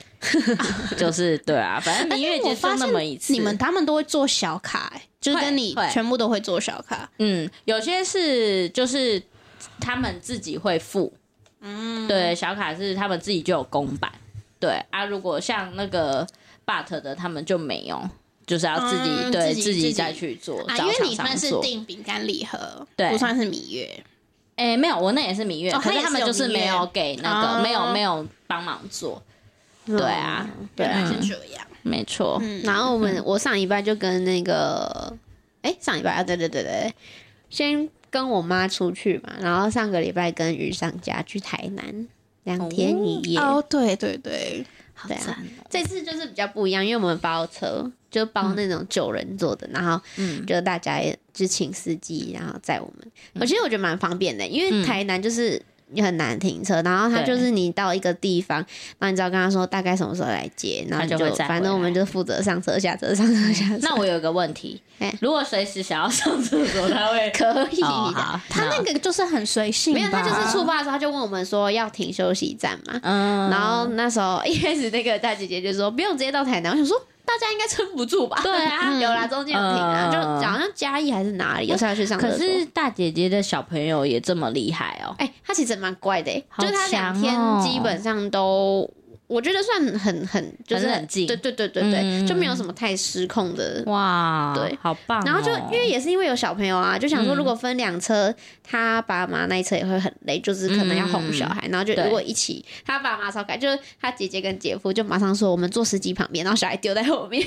Speaker 1: 就是对啊，反 正蜜月
Speaker 2: 我
Speaker 1: 节就
Speaker 2: 发
Speaker 1: 那
Speaker 2: 现
Speaker 1: 么一次，
Speaker 2: 你们他们都会做小卡、欸就是
Speaker 1: 会
Speaker 2: 跟你
Speaker 1: 会
Speaker 2: 全部都会做小卡。
Speaker 1: 嗯，有些是就是他们自己会付，嗯，对，小卡是他们自己就有公版，对啊，如果像那个 but 的他们就没有，就是要自己、
Speaker 2: 嗯
Speaker 1: 对
Speaker 2: 自己
Speaker 1: 自
Speaker 2: 自己
Speaker 1: 再去做，
Speaker 2: 啊，因
Speaker 1: 找
Speaker 2: 为
Speaker 1: 厂
Speaker 2: 你
Speaker 1: 商
Speaker 2: 那是
Speaker 1: 做
Speaker 2: 订饼干礼盒，
Speaker 1: 对
Speaker 2: 不算是蜜月。
Speaker 1: 哎、没有，我那也是芈月，
Speaker 2: 哦
Speaker 1: 可是
Speaker 2: 他也是
Speaker 1: 他们
Speaker 2: 有
Speaker 1: 就是
Speaker 2: 芈月
Speaker 1: 没有给那个，
Speaker 2: 哦
Speaker 1: 没有没有帮忙做。对啊，对
Speaker 2: 原来
Speaker 1: 啊，
Speaker 2: 是这样。
Speaker 1: 没错。
Speaker 2: 嗯
Speaker 3: 然后我们我上礼拜就跟那个，哎、上礼拜啊，对对对对，先跟我妈出去嘛，然后上个礼拜跟雨上家去台南两天一夜，
Speaker 2: 哦，对对对，
Speaker 3: 对啊，
Speaker 2: 哦
Speaker 3: 这次就是比较不一样，因为我们包车，就包那种九人座的，然后
Speaker 1: 嗯
Speaker 3: 就大家也就请司机，然后载我们。我其实我觉得蛮方便的，因为台南就是。你很难停车，然后他
Speaker 1: 对
Speaker 3: 就是你到一个地方，然后你只要跟他说大概什么时候来接，然后你
Speaker 1: 他就会载回
Speaker 3: 反正我们
Speaker 1: 来
Speaker 3: 就负责上车下车上车下车。
Speaker 1: 那我有一个问题
Speaker 3: 哎，
Speaker 1: 如果随时想要上厕所，他 会
Speaker 3: 可以的。
Speaker 1: 哦好
Speaker 2: 他那个就是很随性吧，
Speaker 3: 嗯没有，他就是出发的时候，他就问我们说要停休息站嘛。
Speaker 1: 嗯，
Speaker 3: 然后那时候一开始那个大姐姐就说不用直接到台南，我想说大家应该撑不住吧？
Speaker 1: 对啊
Speaker 3: 有啦，中间有停啊，
Speaker 1: 嗯
Speaker 3: 就好像嘉义还是哪里有下去上厕
Speaker 1: 可
Speaker 3: 所。
Speaker 1: 是大姐姐的小朋友也这么厉害哦。
Speaker 3: 哎，她其实蛮怪的欸，
Speaker 1: 好
Speaker 3: 就是她两天
Speaker 1: 强哦
Speaker 3: 基本上都。我觉得算很很就
Speaker 1: 反
Speaker 3: 是
Speaker 1: 正很近
Speaker 3: 对对对对对，
Speaker 1: 嗯
Speaker 3: 就没有什么太失控的
Speaker 1: 哇，
Speaker 3: 对
Speaker 1: 好棒哦。
Speaker 3: 然后就因为也是因为有小朋友啊，就想说如果分两车，他爸妈那一车也会很累，就是可能要哄小孩，然后就
Speaker 1: 对
Speaker 3: 如果一起，他爸妈超开，就是他姐姐跟姐夫就马上说我们坐司机旁边，然后小孩丢在 后面，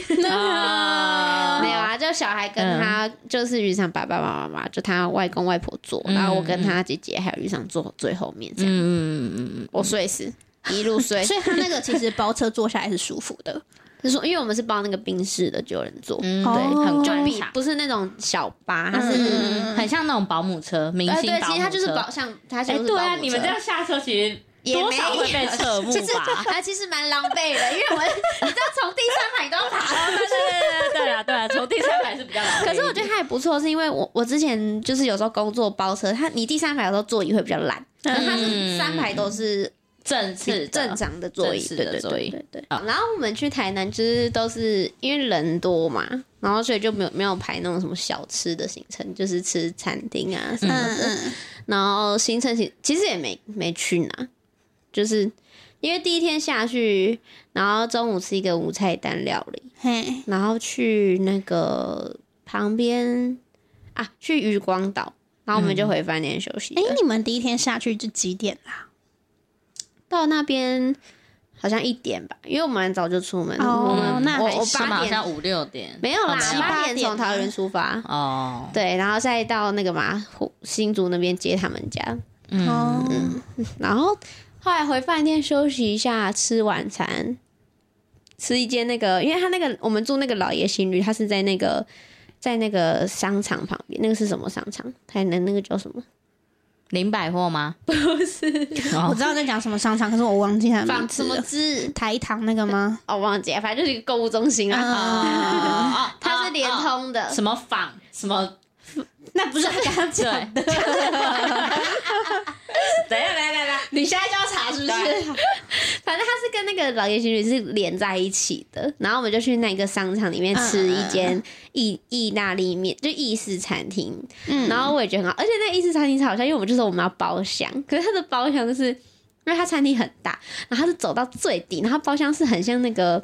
Speaker 1: 啊
Speaker 3: 没有啊，就小孩跟他、
Speaker 1: 嗯
Speaker 3: 就是遇上爸爸妈妈妈，就他外公外婆坐，
Speaker 1: 嗯
Speaker 3: 然后我跟他姐姐还有遇上坐最后面这样，
Speaker 1: 嗯，嗯嗯嗯
Speaker 3: 我睡死。一 路睡，
Speaker 2: 所以 他那个其实包车坐下来是舒服的，
Speaker 3: 就是说，因为我们是包那个宾士的九人座，
Speaker 1: 嗯，
Speaker 2: 哦
Speaker 1: 对，很
Speaker 3: 就
Speaker 1: 宽
Speaker 3: 比
Speaker 1: 敞，
Speaker 3: 不是那种小巴，它是
Speaker 1: 嗯，很像那种保姆车，明
Speaker 3: 哎，
Speaker 1: 星
Speaker 3: 对，
Speaker 1: 保
Speaker 3: 其
Speaker 1: 姆
Speaker 3: 实它就是
Speaker 1: 车
Speaker 3: 保，像它就
Speaker 1: 哎，
Speaker 3: 是
Speaker 1: 对啊，
Speaker 3: 保姆
Speaker 1: 你们
Speaker 3: 车
Speaker 1: 这样下车其实
Speaker 3: 也
Speaker 1: 多
Speaker 3: 没
Speaker 1: 少会被
Speaker 3: 有
Speaker 1: 侧目
Speaker 3: 就是
Speaker 1: 吧？
Speaker 3: 它其实蛮狼狈的，因为我 们你知道从第三排都要爬。
Speaker 1: 对对对对对啊对啊，从第三排是比较老。
Speaker 3: 可 是我觉得它还不错，是因为我我之前就是有时候工作包车，它你第三排有时候座椅会比较烂，可是它是三排都是
Speaker 1: 正式
Speaker 3: 正常的座椅，
Speaker 1: 正式
Speaker 3: 对
Speaker 1: 的
Speaker 3: 对
Speaker 1: 座
Speaker 3: 对
Speaker 1: 椅
Speaker 3: 对对。
Speaker 1: 啊
Speaker 3: 然后我们去台南就是都是因为人多嘛，然后所以就没有没有排那种什么小吃的行程，就是吃餐厅啊什么的。
Speaker 2: 嗯
Speaker 3: 然后行程其其实也没没去哪，就是因为第一天下去，然后中午吃一个无菜单料理，
Speaker 2: 嗯，嘿，
Speaker 3: 然后去那个旁边啊，去渔光岛，然后我们
Speaker 1: 嗯
Speaker 3: 就回饭店休息了。
Speaker 2: 哎，你们第一天下去是几点啊？
Speaker 3: 到那边好像一点吧，因为我们很早就出门，
Speaker 2: 哦
Speaker 3: 我们
Speaker 2: 那
Speaker 3: 我
Speaker 2: 还
Speaker 3: 我
Speaker 2: 行
Speaker 3: 八
Speaker 1: 好
Speaker 3: 点
Speaker 1: 像五六点，
Speaker 3: 没有啦，
Speaker 1: 哦没有
Speaker 3: 八
Speaker 2: 八
Speaker 3: 点
Speaker 2: 点
Speaker 3: 从桃园出发。
Speaker 1: 哦，
Speaker 3: 对，然后再到那个嘛，湖新竹那边接他们家，
Speaker 1: 嗯
Speaker 2: 哦，
Speaker 3: 然后后来回饭店休息一下，吃晚餐，吃一间那个，因为他那个我们住那个老爷新旅，他是在那个在那个商场旁边，那个是什么商场？台南那个叫什么？
Speaker 1: 林百货 吗？不是，
Speaker 3: 哦
Speaker 2: 我知道在讲什么商场，可是我忘记他的名
Speaker 3: 仿
Speaker 2: 字
Speaker 3: 什么
Speaker 2: 了。
Speaker 3: 之？
Speaker 2: 台糖那个吗？
Speaker 3: 哦，忘记了，反正就是一个购物中
Speaker 2: 嗯
Speaker 3: 心啊，
Speaker 2: 啊，
Speaker 1: 哦
Speaker 3: 它是联通的。
Speaker 1: 什么坊什么？
Speaker 2: 那不是他刚
Speaker 1: 对
Speaker 2: 讲，的，
Speaker 1: 等一下，等一下，等一下，
Speaker 3: 你现在就要查是不
Speaker 1: 对
Speaker 3: 是？反正它是跟那个老爷新旅是连在一起的，然后我们就去那个商场里面吃一间意意大利面，就意式餐厅。
Speaker 2: 嗯
Speaker 3: 然后我也觉得很好，而且那意式餐厅超好笑，因为我们就说我们要包厢，可是它的包厢就是因为它餐厅很大，然后它是走到最底，然后它包厢是很像那个，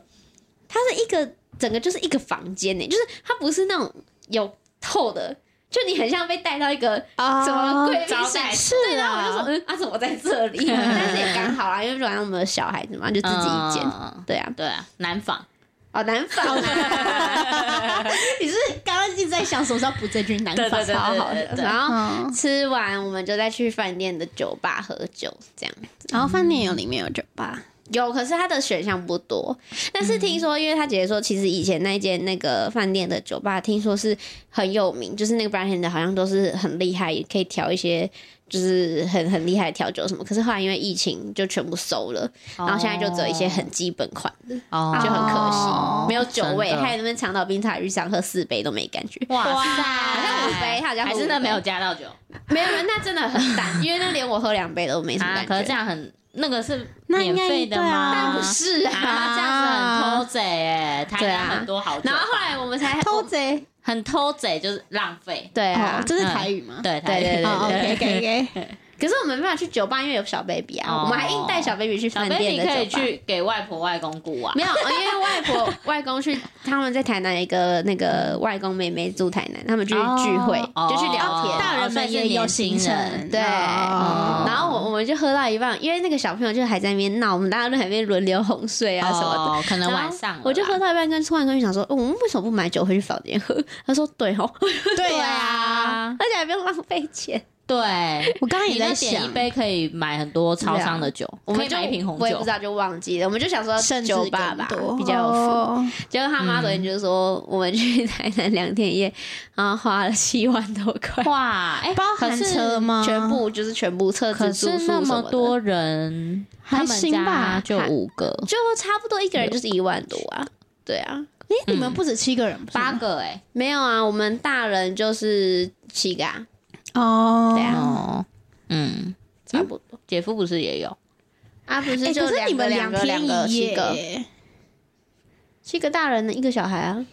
Speaker 3: 它是一个整个就是一个房间欸呢，就是它不是那种有透的。就你很像被带到一个什么贵宾
Speaker 1: 哦招
Speaker 3: 室
Speaker 1: 待
Speaker 3: 是然后我就说，嗯，啊，怎么在 这里？啊但是也刚好啦，因为晚上我们有小孩子嘛，就自己一间。
Speaker 1: 嗯
Speaker 3: 对啊，
Speaker 1: 对啊，南坊，
Speaker 3: 好难仿啊！
Speaker 4: 你是刚刚一直在想什么时候补这句难
Speaker 1: 对
Speaker 4: 法
Speaker 1: 对？对
Speaker 3: 好好
Speaker 1: 对
Speaker 3: 的
Speaker 1: 对。对
Speaker 3: 然后
Speaker 2: 嗯，
Speaker 3: 吃完，我们就再去饭店的酒吧喝酒，这样
Speaker 2: 然后饭店有里面有酒吧，
Speaker 3: 有。可是它的选项不多。但是听说，因为他姐姐说，其实以前那间那个饭店的酒吧，听说是很有名，就是那个 bartender 好像都是很厉害，也可以调一些就是很很厉害的调酒什么。可是后来因为疫情，就全部收了，
Speaker 1: 哦
Speaker 3: 然后现在就只有一些很基本款的，
Speaker 4: 哦
Speaker 3: 就很可惜，
Speaker 4: 哦
Speaker 3: 没有酒味。
Speaker 4: 真的
Speaker 3: 还有那边长岛冰茶遇上喝四杯都没感觉。
Speaker 4: 哇塞，
Speaker 3: 好像五杯，好像
Speaker 1: 还
Speaker 3: 喝
Speaker 1: 真的
Speaker 3: 五杯
Speaker 1: 没有加到酒
Speaker 3: 没有，那真的很淡，因为那连我喝两杯都没什么
Speaker 1: 啊？
Speaker 3: 感觉。
Speaker 1: 可是这样很那个是
Speaker 2: 那应
Speaker 1: 免
Speaker 2: 该
Speaker 1: 费的
Speaker 2: 对啊
Speaker 1: 吗？
Speaker 3: 但不是啊。
Speaker 1: 啊，这样子很偷贼哎、台
Speaker 3: 对
Speaker 1: 南
Speaker 3: 啊
Speaker 1: 很多好酒吧，
Speaker 3: 然后后来我们才
Speaker 2: 偷贼
Speaker 1: 很偷贼就是浪费，
Speaker 3: 对
Speaker 2: 哦
Speaker 3: 啊，，
Speaker 2: 这是台语吗？
Speaker 1: 对台南
Speaker 3: 对对对
Speaker 2: 哦
Speaker 3: 对
Speaker 2: ，OK OK OK，
Speaker 3: 可是我们没办法去酒吧，因为有小 baby 啊，
Speaker 1: 哦
Speaker 3: 我们还硬带小 baby 去
Speaker 1: 小
Speaker 3: 饭
Speaker 1: baby
Speaker 3: 店
Speaker 1: 可
Speaker 3: 的
Speaker 1: 以
Speaker 3: 酒吧。
Speaker 1: 去给外婆外公雇啊，
Speaker 3: 没有，因为外婆外公去，他们在台南有一个那个外公妹妹住台南，他们去聚会，
Speaker 1: 哦
Speaker 3: 就去聊
Speaker 1: 哦
Speaker 3: 天。
Speaker 2: 大人们也有行
Speaker 1: 所以是年轻
Speaker 2: 程，
Speaker 1: 人
Speaker 3: 对
Speaker 2: 哦
Speaker 3: 然后我我们就喝到一半，因为那个小朋友就还在那边闹，我们大家都在那边轮流哄睡啊什么的。
Speaker 1: 哦，可能晚上了啦
Speaker 3: 我就喝到一半跟突然跟你讲说，哦我们为什么不买酒回去房间喝？他说对哦，
Speaker 2: 对呀，
Speaker 1: 啊，
Speaker 3: 而且还不用浪费钱。
Speaker 1: 对，
Speaker 2: 我刚刚
Speaker 1: 你
Speaker 2: 也
Speaker 1: 那
Speaker 2: 在
Speaker 1: 点一
Speaker 2: 想，
Speaker 1: 杯可以买很多超商的酒，
Speaker 3: 啊我
Speaker 1: 可
Speaker 3: 们
Speaker 1: 以
Speaker 3: 就
Speaker 1: 买一瓶红
Speaker 3: 我也不
Speaker 1: 酒
Speaker 3: 知，道就忘记了，我们就想说
Speaker 2: 甚至
Speaker 3: 酒吧
Speaker 2: 更
Speaker 3: 吧
Speaker 2: 多
Speaker 3: 比较有福。
Speaker 2: 哦
Speaker 3: 结果他妈昨天就说，我们去台南两天一夜，然后花了七万多块，
Speaker 1: 哇，哎、
Speaker 2: 包
Speaker 1: 可
Speaker 2: 含
Speaker 1: 是
Speaker 2: 车吗？
Speaker 3: 全部就是全部车
Speaker 1: 可
Speaker 3: 子住
Speaker 1: 是
Speaker 3: 宿
Speaker 1: 那
Speaker 3: 什么
Speaker 1: 么
Speaker 3: 的，
Speaker 1: 多 人，
Speaker 2: 还
Speaker 1: 他们
Speaker 2: 行吧
Speaker 1: 家就
Speaker 2: 还
Speaker 1: 五个，
Speaker 3: 就差不多一个人就是一万多啊。对啊，
Speaker 2: 诶，你们不止七嗯个人，不是吗
Speaker 1: 八个哎、
Speaker 3: 没有啊，我们大人就是七个啊，
Speaker 2: 哦，
Speaker 3: 对啊
Speaker 1: 哦，嗯，
Speaker 3: 差不多
Speaker 1: 姐夫不是也 有？
Speaker 3: 啊，不
Speaker 2: 诶
Speaker 3: 是就
Speaker 2: 哎可是你
Speaker 3: 两个
Speaker 2: 们
Speaker 3: 两
Speaker 2: 天
Speaker 3: 个两个
Speaker 2: 一
Speaker 3: 七个
Speaker 2: 夜，
Speaker 3: 七个大人一个小孩啊。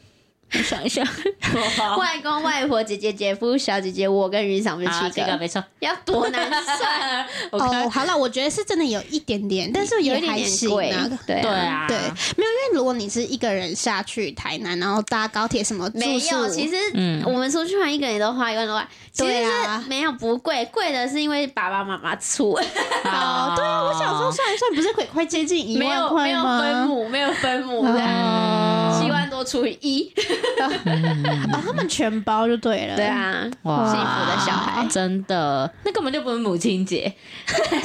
Speaker 1: 你想一想，
Speaker 3: 外公、外婆、姐姐、姐夫、小姐姐，我跟云裳我们
Speaker 1: 啊，
Speaker 3: 七
Speaker 1: 这
Speaker 3: 个，
Speaker 1: 个没错，
Speaker 3: 要多难算，啊
Speaker 1: 我看
Speaker 2: 哦，好了，我觉得是真的有一点点，但是也
Speaker 3: 有一点
Speaker 2: 还
Speaker 3: 点
Speaker 2: 行
Speaker 3: 贵
Speaker 2: 啊。，
Speaker 3: 对
Speaker 1: 对
Speaker 3: 啊。
Speaker 1: 啊，
Speaker 2: 对，没有，因为如果你是一个人下去台南，然后搭高铁什么住
Speaker 3: 没
Speaker 2: 宿
Speaker 3: 有，，其实
Speaker 1: 嗯
Speaker 3: 我们出去玩一个人都花一万多块，其
Speaker 2: 对
Speaker 3: 实
Speaker 2: 啊
Speaker 3: 是没有不贵，贵的是因为爸爸妈妈出，
Speaker 2: 哦，对啊，我想说算一算，不是快快接近一
Speaker 3: 没
Speaker 2: 万
Speaker 3: 有没
Speaker 2: 块
Speaker 3: 有分
Speaker 2: 吗？
Speaker 3: 母，没有分母
Speaker 2: 哦
Speaker 3: 的，七万多除以一，
Speaker 2: 啊，他们全包就对了。
Speaker 3: 对，啊，
Speaker 1: 哇
Speaker 3: 幸福的小孩
Speaker 1: 真的，那根本就不是母亲节，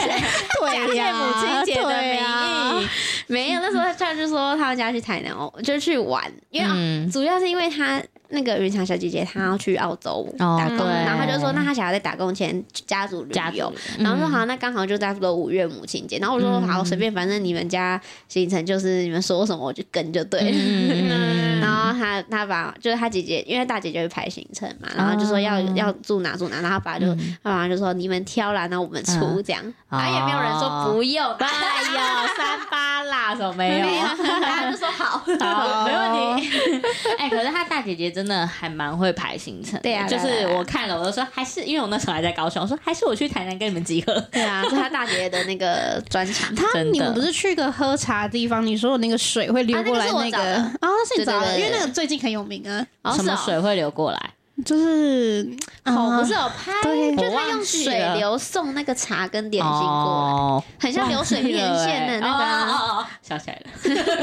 Speaker 2: 对呀，
Speaker 1: 母亲节的
Speaker 2: 对
Speaker 1: 名
Speaker 2: 啊
Speaker 1: 义，
Speaker 3: 没有。那时候他就说他们家去台南哦，就去玩，因为
Speaker 1: 嗯，
Speaker 3: 主要是因为他那个云裳小姐姐她要去澳洲
Speaker 1: 哦
Speaker 3: 打工，
Speaker 1: 对
Speaker 3: 然后她就说那她想要在打工前家族旅
Speaker 1: 家
Speaker 3: 游
Speaker 1: 族，，嗯
Speaker 3: 然后说好，那刚好就差不多五月母亲节，然后我说好，随便，反正你们家行程就是你们说什么我就跟就对了。
Speaker 1: 嗯，
Speaker 3: 然后他他把就是他姐姐，因为大姐姐会排行程嘛，然后就说要、
Speaker 1: 哦嗯
Speaker 3: 要住哪住哪，然后爸就、他爸妈就说你们挑啦，那我们出、这样，
Speaker 1: 哦
Speaker 3: 然后也没有人说不用，
Speaker 1: 哎呦，三八辣什么没有？
Speaker 3: 大家就说好，
Speaker 1: 好，没问题。哎，可是她大姐姐真的还蛮会排行程的，
Speaker 3: 对啊
Speaker 1: 就
Speaker 3: 对啊
Speaker 1: 是
Speaker 3: 对啊
Speaker 1: 我看了，我就说还是因为我那时候还在高雄，我说还是我去台南跟你们集合，
Speaker 3: 对啊， 这是他大姐姐的那个专场。
Speaker 2: 他
Speaker 1: 真的
Speaker 2: 你们不是去一个喝茶的地方，你说有那个水会流
Speaker 3: 啊那个
Speaker 2: 过来
Speaker 3: 是我
Speaker 2: 那
Speaker 3: 找
Speaker 2: 个
Speaker 3: 的
Speaker 2: 啊，那是你
Speaker 3: 对对
Speaker 2: 找的，
Speaker 3: 对
Speaker 2: 因为
Speaker 3: 对
Speaker 2: 那个最近很有名啊，
Speaker 3: 哦
Speaker 1: 什么？
Speaker 3: 是哦
Speaker 1: 水会流过来？
Speaker 2: 就是
Speaker 3: 我
Speaker 1: 嗯
Speaker 2: 啊
Speaker 3: 哦不是有拍，
Speaker 2: 对
Speaker 3: 就
Speaker 1: 我
Speaker 3: 他
Speaker 1: 忘
Speaker 3: 用
Speaker 1: 记
Speaker 3: 水
Speaker 1: 了
Speaker 3: 流送那个茶跟点心过来，
Speaker 1: 哦
Speaker 3: 很像流水面线的那个
Speaker 1: 哦
Speaker 3: 啊。
Speaker 1: 哦哦哦想起来了，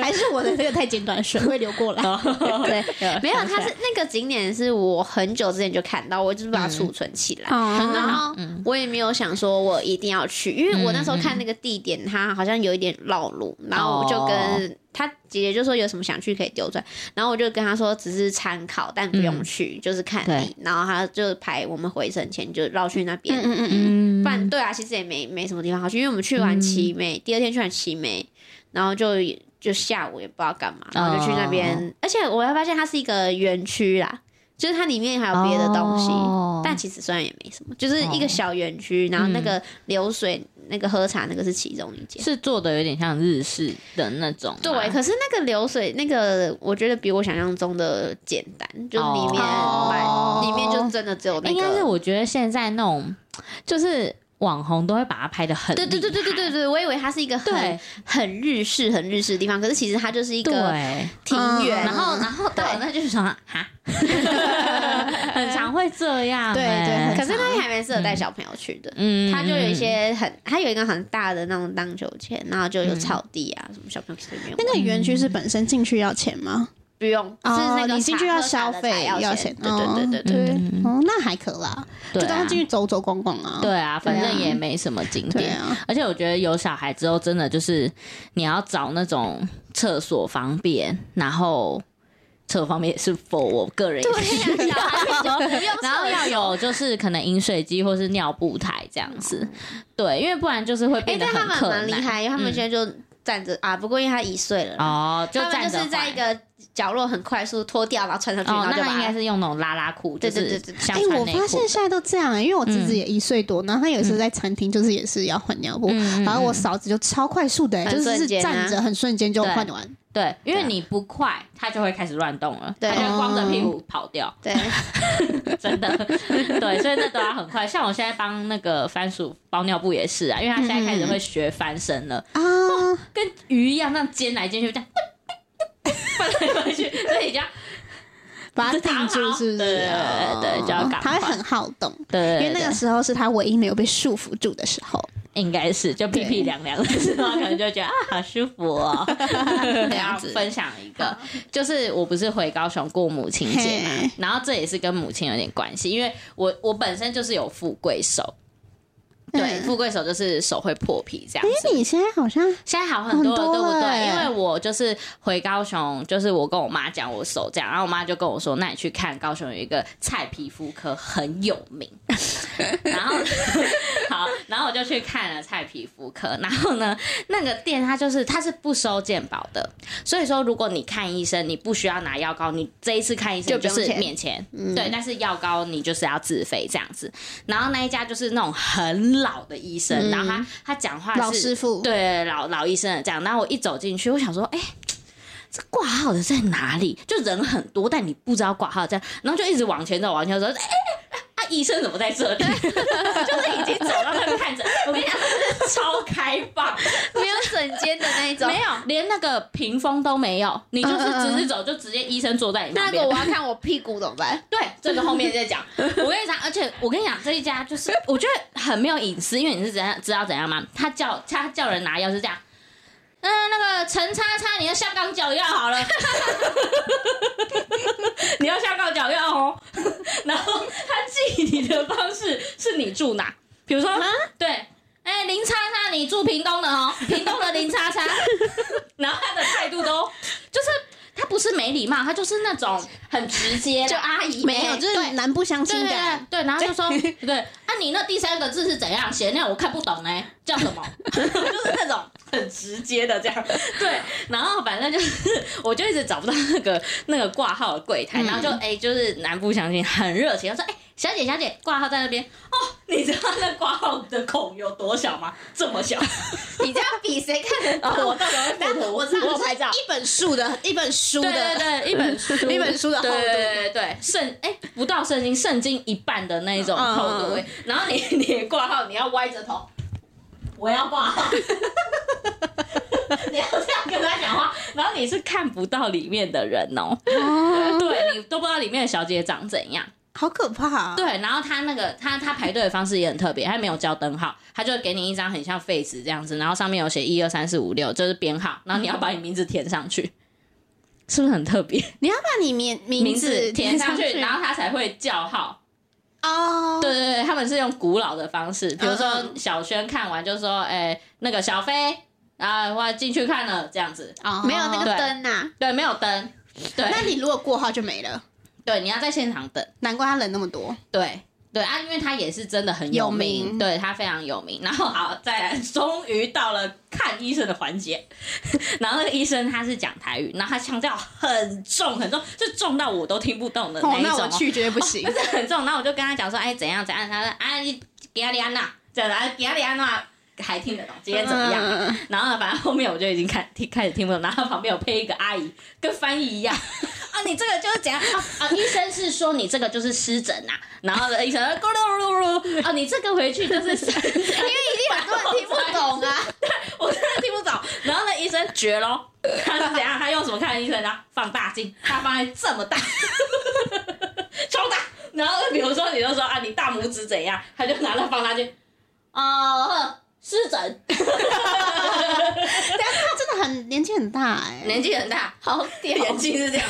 Speaker 2: 还是我的这个太简短，水会流过 来。
Speaker 3: 对，没有，
Speaker 1: 想起来
Speaker 3: 它是那个景点是我很久之前就看到，我就是把它储存起来。然
Speaker 2: 哦，
Speaker 3: 后我也没有想说我一定要去，因为我那时候看那个地点，它好像有一点绕路，然后我就跟他姐姐就说有什么想去可以丢出来，然后我就跟她说只是参考，但不用去，就是看
Speaker 1: 对
Speaker 3: 你。然后她就排我们回程前就绕去那边，
Speaker 2: 嗯嗯
Speaker 1: 嗯
Speaker 2: 嗯，
Speaker 3: 不然对啊，其实也没没什么地方好去，因为我们去完奇美，第二天去完奇美，然后就就下午也不知道干嘛，然后就去那边，而且我还发现它是一个园区啦，就是它里面还有别的东西。
Speaker 1: 哦
Speaker 3: 但其实虽然也没什么，就是一个小园区，然后那个流水、那个喝茶那个是其中一间。
Speaker 1: 是做的有点像日式的那种吗，
Speaker 3: 对，可是那个流水那个，我觉得比我想象中的简单，就里面买、
Speaker 2: 哦
Speaker 3: 里面就真的只有那个，
Speaker 1: 应该是我觉得现在那种，就是网红都会把它拍的很
Speaker 3: 对对对对对对
Speaker 1: 厉害
Speaker 3: 对，我以为它是一个很
Speaker 1: 对
Speaker 3: 很日式、很日式的地方，可是其实它就是一个
Speaker 1: 对。
Speaker 3: 庭
Speaker 2: 嗯
Speaker 3: 园，
Speaker 1: 然后，然后对，哦那就是想哈， 很常会这样、
Speaker 2: 对对
Speaker 1: 欸
Speaker 3: 可是那里还蛮适合带小朋友去的。
Speaker 1: 嗯，
Speaker 3: 它就有一些很，它有一个很大的那种荡秋千，然后就有草地啊，什么小朋友可以没有玩。
Speaker 2: 那个园区是本身进去要钱吗？
Speaker 3: 不用，
Speaker 2: 哦
Speaker 3: 是那个
Speaker 2: 你进去
Speaker 3: 茶
Speaker 2: 要
Speaker 3: 喝茶
Speaker 2: 消
Speaker 3: 的
Speaker 2: 费
Speaker 3: 才
Speaker 2: 要
Speaker 3: 要
Speaker 2: 钱
Speaker 3: 对对对对对。
Speaker 2: 对
Speaker 1: 嗯
Speaker 2: 哦，那还可啦，
Speaker 1: 对
Speaker 2: 就
Speaker 1: 啊
Speaker 2: 当进去走走逛逛啊。
Speaker 1: 对啊，反正
Speaker 2: 对啊
Speaker 1: 也没什么景
Speaker 2: 对
Speaker 1: 点。
Speaker 2: 啊，
Speaker 1: 而且我觉得有小孩之后，真的就是你要找那种厕所方便，然后厕所方便也是否我个人也是，
Speaker 2: 嗯
Speaker 3: 对呀 小孩
Speaker 1: 然后要有就是可能饮水机或是尿布台这样子，对，因为不然就是会
Speaker 3: 嗯哎、
Speaker 1: 变得
Speaker 3: 但
Speaker 1: 很
Speaker 3: 他们
Speaker 1: 困
Speaker 3: 蛮厉
Speaker 1: 难。
Speaker 3: 害，因为他们现在就站着、啊，不过因为他一岁了啦，
Speaker 1: 哦，就
Speaker 3: 他
Speaker 1: 站
Speaker 3: 们就是
Speaker 1: 着
Speaker 3: 在
Speaker 1: 换
Speaker 3: 一个角落很快速脱掉，然后穿上去，
Speaker 1: 哦，
Speaker 3: 然后
Speaker 1: 那
Speaker 3: 就
Speaker 1: 他应
Speaker 3: 把
Speaker 1: 该
Speaker 3: 它。
Speaker 1: 是用那种拉拉裤，
Speaker 3: 对
Speaker 1: 就
Speaker 3: 对对
Speaker 1: 是
Speaker 3: 对对
Speaker 1: 像
Speaker 2: 哎，
Speaker 1: 穿
Speaker 2: 我
Speaker 1: 内
Speaker 2: 发
Speaker 1: 裤
Speaker 2: 现现在都这样，欸因为我侄
Speaker 1: 嗯
Speaker 2: 子也一岁多，然后他有一次在餐厅就是也是要换尿布，
Speaker 1: 嗯嗯
Speaker 2: 然后我嫂子就超快速的，欸
Speaker 3: 很
Speaker 2: 就是
Speaker 3: 瞬
Speaker 2: 是
Speaker 3: 间啊
Speaker 2: 站着很瞬间就换完，
Speaker 1: 对，因为
Speaker 3: 对啊
Speaker 1: 你不快，他就会开始乱动了，
Speaker 3: 对哦
Speaker 1: 他就光着屁股跑掉，
Speaker 3: 对，
Speaker 1: 真 的，对，所以那都要很快。像我现在帮那个番薯包尿布也是啊，因为他现在
Speaker 3: 嗯
Speaker 1: 开始会学翻身了，
Speaker 2: 啊，
Speaker 1: 跟鱼一样，那样煎来煎去，这样 翻来翻去，所以你就要
Speaker 2: 把它定住是不是？
Speaker 1: 对对对对
Speaker 2: 哦
Speaker 1: 就要赶快
Speaker 2: 他会很好动，
Speaker 1: 对，因
Speaker 2: 因为那个时候是他唯一没有被束缚住的时候。
Speaker 1: 应该是就屁屁凉凉的时候，可能就觉得啊好舒服 哦。这样子分享一个，就是我不是回高雄过母亲节嘛
Speaker 2: 嘿，
Speaker 1: 然后这也是跟母亲有点关系，因为我我本身就是有富贵手，对，
Speaker 2: 嗯
Speaker 1: 富贵手就是手会破皮这样
Speaker 2: 哎，
Speaker 1: 子。
Speaker 2: 你现在好像
Speaker 1: 现在好很多了，
Speaker 2: 很多
Speaker 1: 对不
Speaker 2: 了
Speaker 1: 对？因
Speaker 2: 欸
Speaker 1: 为我就是回高雄，就是我跟我妈讲我手这样，然后我妈就跟我说：“那你去看高雄有一个蔡皮肤科很有名。” 然后 好，然后我就去看了蔡皮肤科，然后呢，那个店它就是它是不收健保的，所以说如果你看医生，你不需要拿药膏，你这一次看医生就
Speaker 3: 就不用
Speaker 1: 是
Speaker 3: 钱
Speaker 1: 免钱，
Speaker 2: 嗯
Speaker 1: 对，但是药膏你就是要自费这样子。然后那一家就是那种很老的医生，然后他他讲话是
Speaker 2: 嗯老师傅
Speaker 1: 对老老医生的这样。然后我一走进去，我想说，哎、这挂号的在哪里？就人很多，但你不知道挂号在，然后就一直往前走，往前走，哎、啊，医生怎么在这里？就是已经走到那边看着，我跟你讲，他是超开放，
Speaker 3: 没有整间的那一种。
Speaker 1: 没有连那个屏风都没有，你就是直直走，就直接医生坐在你
Speaker 3: 那
Speaker 1: 旁
Speaker 3: 如
Speaker 1: 边
Speaker 3: 果。我要看我屁股怎么办？
Speaker 1: 对，这个后面再讲。我跟你讲，而且我跟你讲，这一家就是我觉得很没有隐私，因为你是怎样知道怎样吗？他叫他叫人拿药是这样。嗯，那个陈叉叉，你要下港脚药好了，
Speaker 5: 你要下告脚要 哦。然后他记你的方式是你住哪，比如说对，哎、林叉叉你住屏东的哦，屏东的林叉叉，然后他的态度都
Speaker 1: 就是他不是没礼貌，他就是那种很直接的，
Speaker 3: 就阿姨
Speaker 2: 没有，就是南部相
Speaker 1: 对
Speaker 2: 亲
Speaker 1: 对
Speaker 2: 感。
Speaker 1: 对对，然后就说 对，啊，你那第三个字是怎样写？那我看不懂呢，叫什 么？就是那种很直接的 这样。对，然后反正就是，我就一直找不到那个那个挂号的柜台，然后就哎、就是南部相亲很热情，他说哎、小姐小姐，挂号在那边哦，你知道那挂号的孔有多小吗？这么 小，
Speaker 3: 你这样比谁看得
Speaker 1: 然后我到时候会附哦图，我知道拍照。
Speaker 2: 一本书 的，一本书
Speaker 1: 对对
Speaker 2: 的，
Speaker 1: 对，一本书，
Speaker 2: 一本书的厚
Speaker 1: 对
Speaker 2: 度。
Speaker 1: 对对对，圣哎、不到圣经，圣经一半的那一种
Speaker 2: 嗯
Speaker 1: 厚度、
Speaker 2: 嗯
Speaker 1: 然后你 你挂号，你要歪着头，我要挂 号，你要这样跟他讲话，然后你是看不到里面的人哦、
Speaker 2: 哦，
Speaker 1: 对你都不知道里面的小姐长怎样。
Speaker 2: 好可怕啊！
Speaker 1: 对，然后他那个他他排队的方式也很特别，他没有叫灯号，他就给你一张很像废纸这样子，然后上面有写一二三四五六，就是编号，然后你要把你名字填上去，是不是很特别？
Speaker 2: 你要把你名
Speaker 1: 名
Speaker 2: 名
Speaker 1: 字
Speaker 2: 字
Speaker 1: 填上去，
Speaker 2: 去
Speaker 1: 然后他才会叫号。
Speaker 2: 哦。
Speaker 1: 对对对，他们是用古老的方式，比如说
Speaker 2: 嗯
Speaker 1: 小轩看完就说：“哎、那个小飞啊，我进去看了。”这样子，
Speaker 2: 哦
Speaker 3: 没有那个
Speaker 1: 对
Speaker 3: 灯啊呐？
Speaker 1: 对，没有灯，对
Speaker 2: 那你如果过号就没了，
Speaker 1: 对，你要在现场等。
Speaker 2: 难怪他人那么多。
Speaker 1: 对对啊，因为他也是真的很
Speaker 2: 有
Speaker 1: 名，
Speaker 2: 名
Speaker 1: 对他非常有名。然后好，再来，终于到了看医生的环节。 然后那个医生他是讲台语，然后他腔调很重很重，就重到我都听不懂的那一种、
Speaker 2: 哦
Speaker 1: 哦
Speaker 2: 那我去绝对不行
Speaker 1: 不。是很重。然后我就跟他讲说，哎，怎样怎样？他说，哎，你给他安娜，这样，哎，给他安娜还听得懂，今天怎么样？
Speaker 2: 嗯
Speaker 1: 然后呢，反正后面我就已经看听开始听不懂，然后旁边有配一个阿姨，跟翻译一样。啊，啊，你这个就是怎样啊啊？医生是说你这个就是湿疹啊呐，然后呢，医生咕噜噜噜啊，你这个回去就是 因为一定很多人听不懂啊，对， 我真的听不懂。然后呢，医生绝喽， 他是怎样？他用什么看医生呢？放大镜，他放在这么大， 超大。然后比如说你就说啊，你大拇指怎样？他就拿了放大镜，哦，湿疹，
Speaker 2: 他真的很年纪很大哎、
Speaker 1: 年纪很大，好屌，眼睛是这样。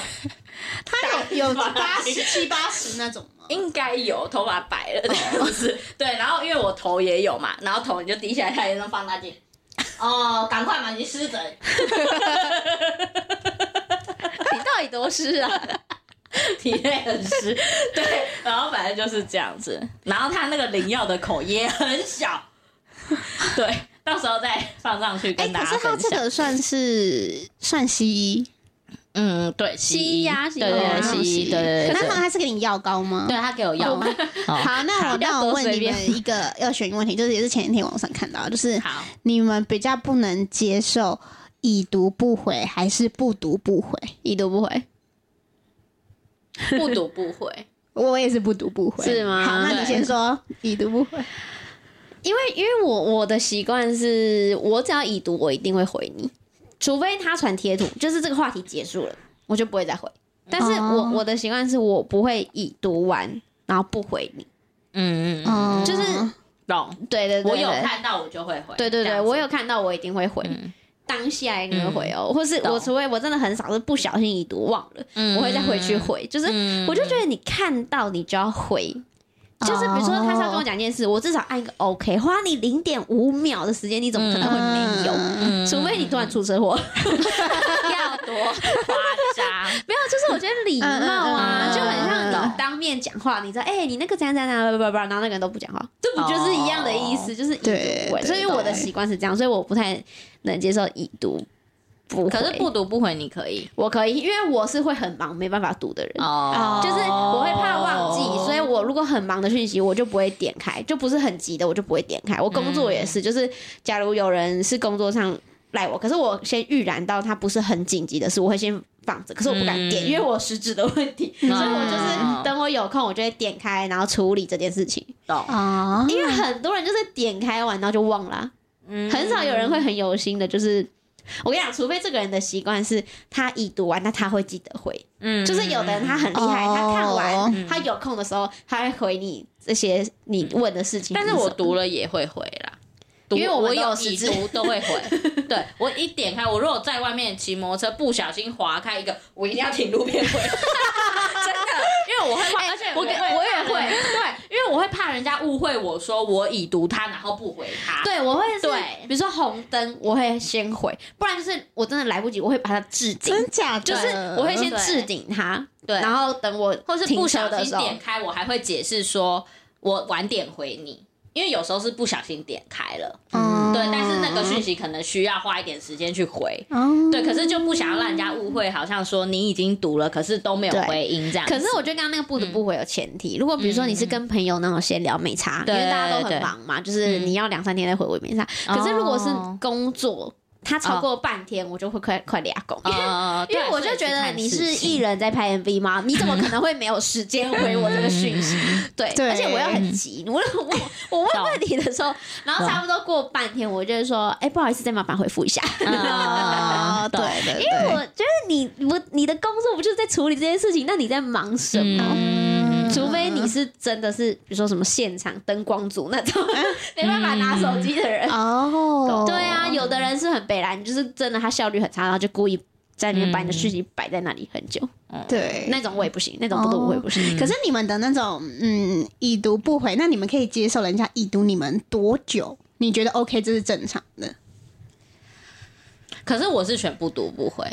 Speaker 2: 他有有
Speaker 1: 大
Speaker 2: 八十七八十那种 吗？
Speaker 1: 应该有头发白了，不是？对，然后因为我头也有嘛，然后头你就低下来，它也能放大镜。哦，赶快嘛，你湿疹。
Speaker 3: 你到底多湿 啊？
Speaker 1: 体内很 湿，对，然后反正就是这样子。然后他那个灵药的口也很 小，对，到时候再放上去
Speaker 2: 哎、
Speaker 1: 跟大
Speaker 2: 可
Speaker 1: 家
Speaker 2: 是他
Speaker 1: 分
Speaker 2: 这
Speaker 1: 享。
Speaker 2: 个算是算西医，
Speaker 1: 嗯，对，
Speaker 3: 西医啊西医
Speaker 1: 对对
Speaker 3: 哦
Speaker 1: 对西医，对对
Speaker 2: 可
Speaker 1: 对
Speaker 2: 他
Speaker 1: 对
Speaker 2: 们还是给你药膏吗？
Speaker 1: 对，他给我药嘛。
Speaker 2: 好，那我那我问你们一个要选一个问题，就是也是前一天网上看到的，就是
Speaker 1: 好，
Speaker 2: 你们比较不能接受已读不回还是不读不回？
Speaker 3: 已读不 回，
Speaker 1: 不读不回，
Speaker 2: 我也是不读不回，
Speaker 3: 是吗
Speaker 2: 好，那你
Speaker 1: 对
Speaker 2: 先说已读不回，
Speaker 3: 因为因为我我的习惯是我只要已读，我一定会回你，除非他传贴图，就是这个话题结束了，我就不会再回。但是我、
Speaker 2: 哦
Speaker 3: 我的习惯是我不会已读完然后不回你，
Speaker 1: 嗯嗯嗯，
Speaker 2: 嗯，
Speaker 3: 就是
Speaker 1: 懂。
Speaker 3: 对哦对对对
Speaker 1: 我有看到，我就会回。
Speaker 3: 对
Speaker 1: 这
Speaker 3: 对对，
Speaker 1: 样子
Speaker 3: 我有看到，我一定会回。
Speaker 1: 嗯
Speaker 3: 当下一定会回哦，或是
Speaker 1: 懂
Speaker 3: 我除非我真的很少是不小心已读忘了，
Speaker 1: 嗯
Speaker 3: 我会再回去回。就是我就觉得你看到你就要回，就是比如说他是要跟我讲一件事，我至少按一个 OK，花你零点五秒的时间，你怎么可能会没有？
Speaker 2: 哦
Speaker 1: 嗯
Speaker 3: 除非你突然出车祸，要多
Speaker 1: 夸张，
Speaker 3: 没有，就是我觉得礼貌
Speaker 2: 嗯嗯嗯
Speaker 3: 啊，
Speaker 2: 嗯
Speaker 3: 就很像
Speaker 1: 懂
Speaker 3: 你当面讲话，你知道，哎、你那个怎样怎样怎样，叭叭叭，然后那个人都不讲话，这不就是一样的意思，就是已
Speaker 2: 对
Speaker 3: 读不回。
Speaker 2: 对
Speaker 3: 所以我的习惯是这样，所以我不太能接受已读不 回。
Speaker 1: 可是不读不回你可以
Speaker 3: 我可以，因为我是会很忙没办法读的人。
Speaker 1: 哦
Speaker 3: 就是我会怕忘记，所以我如果很忙的讯息，我就不会点开，就不是很急的，我就不会点开。我工作也是，就是假如有人是工作上赖我，可是我先预览到他不是很紧急的事，我会先放着，可是我不敢点，
Speaker 1: 嗯
Speaker 3: 因为我食指的问题，所以我就是等我有空，我就会点开，然后处理这件事情。
Speaker 1: 懂，
Speaker 2: 啊，
Speaker 3: 因为很多人就是点开完然后就忘了啊、很少有人会很有心的，就是。我跟你讲，除非这个人的习惯是他已读完，那他会记得回。
Speaker 1: 嗯
Speaker 3: 就是有的人他很厉害，
Speaker 2: 哦
Speaker 3: 他看完、他有空的时候，他会回你这些你问的事情。
Speaker 1: 但是我，读了也会回啦，读
Speaker 3: 因为我
Speaker 1: 我
Speaker 3: 们都
Speaker 1: 有
Speaker 3: 有
Speaker 1: 已
Speaker 3: 实质
Speaker 1: 读都会 回。对我一点开，我如果在外面骑摩托车不小心划开一个，我一定要停路边 回。真的，因为我会怕，而且
Speaker 3: 哎我跟
Speaker 1: 我
Speaker 3: 我也会
Speaker 1: 对，因为我会怕人家误会我说我已读他，然后不回他。
Speaker 3: 对我会是
Speaker 1: 对
Speaker 3: 比如说红灯，我会先回，不然就是我真的来不及，我会把它置顶，
Speaker 2: 真假的
Speaker 3: 就是我会先
Speaker 1: 对
Speaker 3: 置顶它，
Speaker 1: 对
Speaker 3: 然后等我
Speaker 1: 或是
Speaker 3: 停
Speaker 1: 不
Speaker 3: 车
Speaker 1: 小
Speaker 3: 的时
Speaker 1: 心
Speaker 3: 候，
Speaker 1: 点开，我还会解释说我晚点回你，因为有时候是不小心点开了，
Speaker 2: 嗯
Speaker 1: 对，但是那个讯息可能需要花一点时间去回。
Speaker 2: 哦
Speaker 1: 对，可是就不想要让人家误会，好像说你已经读了，可是都没有
Speaker 3: 对
Speaker 1: 回音这样子。
Speaker 3: 可是我觉得刚刚那个
Speaker 1: 嗯
Speaker 3: 不得不回有前提，如果比如说你是跟朋友那种闲聊没差，因
Speaker 1: 对嗯
Speaker 3: 为大家都很忙嘛，就是你要两三天再回我也没差。可是如果是
Speaker 1: 哦
Speaker 3: 工作，他超过半天，我就会快快俩 拱。
Speaker 1: 呃，
Speaker 3: 因为我就觉得你是艺人在拍 MV 吗？你怎 么可能会没有时间回我这个讯 息？对，
Speaker 2: 对
Speaker 3: 而且我又很急，我我我问问题的时候，然后差不多过半天，我就会说，哎，不好意思，再麻烦回复一 下。
Speaker 2: 啊， 对对对，
Speaker 3: 因为我觉得你不你的工作不就是在处理这件事情？那你在忙什么？
Speaker 2: 嗯
Speaker 3: 除非你是真的是，比如说什么现场灯光组那种没办法拿手机的人。
Speaker 2: 哦，
Speaker 3: 对啊，有的人是很北蓝，就是真的他效率很差，然后就故意在里面把你的事情摆在那里很久。
Speaker 2: 对。
Speaker 3: 那种我也不行，那种不读我也不行。
Speaker 2: 可是你们的那种嗯已读不回，那你们可以接受人家已读你们多久？你觉得 OK 这是正常的？
Speaker 1: 可是我是选不读不回。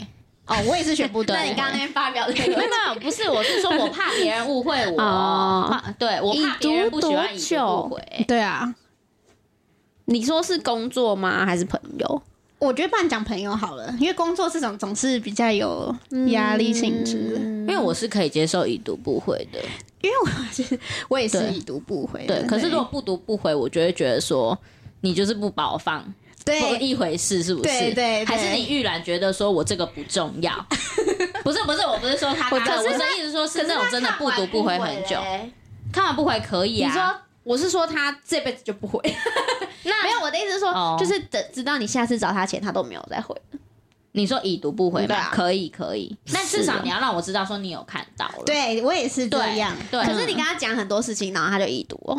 Speaker 2: 哦，我也是选不读。
Speaker 3: 那你刚刚那边发表的那
Speaker 1: 没
Speaker 3: 个
Speaker 1: 有没有，不是，我是说我怕别人误会我，
Speaker 3: 哦
Speaker 1: 怕对我怕别人不喜欢已
Speaker 3: 已
Speaker 1: 读
Speaker 3: 读
Speaker 1: 不
Speaker 3: 多
Speaker 1: 回。
Speaker 2: 对啊，
Speaker 3: 你说是工作吗？还是朋友？
Speaker 2: 我觉得不然讲朋友好了，因为工作这种总是比较有
Speaker 1: 嗯
Speaker 2: 压力性质的。
Speaker 1: 因为我是可以接受已读不回的，
Speaker 2: 因为我是我也是
Speaker 1: 对
Speaker 2: 已读不回的，
Speaker 1: 对。可是如果不读不回，我就会觉得说你就是不把我放，
Speaker 2: 对
Speaker 1: 一回事是不是？
Speaker 2: 对对对
Speaker 1: 还是你预然觉得说我这个不重要，不是不是，我不是说他
Speaker 3: 我
Speaker 1: 看了，
Speaker 3: 可
Speaker 1: 我
Speaker 3: 是
Speaker 1: 是意思说是那种真的不读不回很久，
Speaker 6: 嘞
Speaker 1: 看完不回可以
Speaker 3: 你
Speaker 1: 啊。
Speaker 3: 说
Speaker 6: 我是说他这辈子就 不回，
Speaker 3: 没有，我的意思是说，
Speaker 1: 哦
Speaker 3: 就是等直到你下次找他前，他都没有再回。
Speaker 1: 你说已读不回
Speaker 3: 对
Speaker 1: 吧，
Speaker 3: 啊
Speaker 1: 可以可以，但至
Speaker 3: 是
Speaker 1: 少
Speaker 3: 啊
Speaker 1: 你要让我知道说你有看到了。
Speaker 2: 对我也是这
Speaker 1: 对
Speaker 2: 样，
Speaker 1: 对，
Speaker 3: 可是你跟他讲很多事情，然后他就已读哦。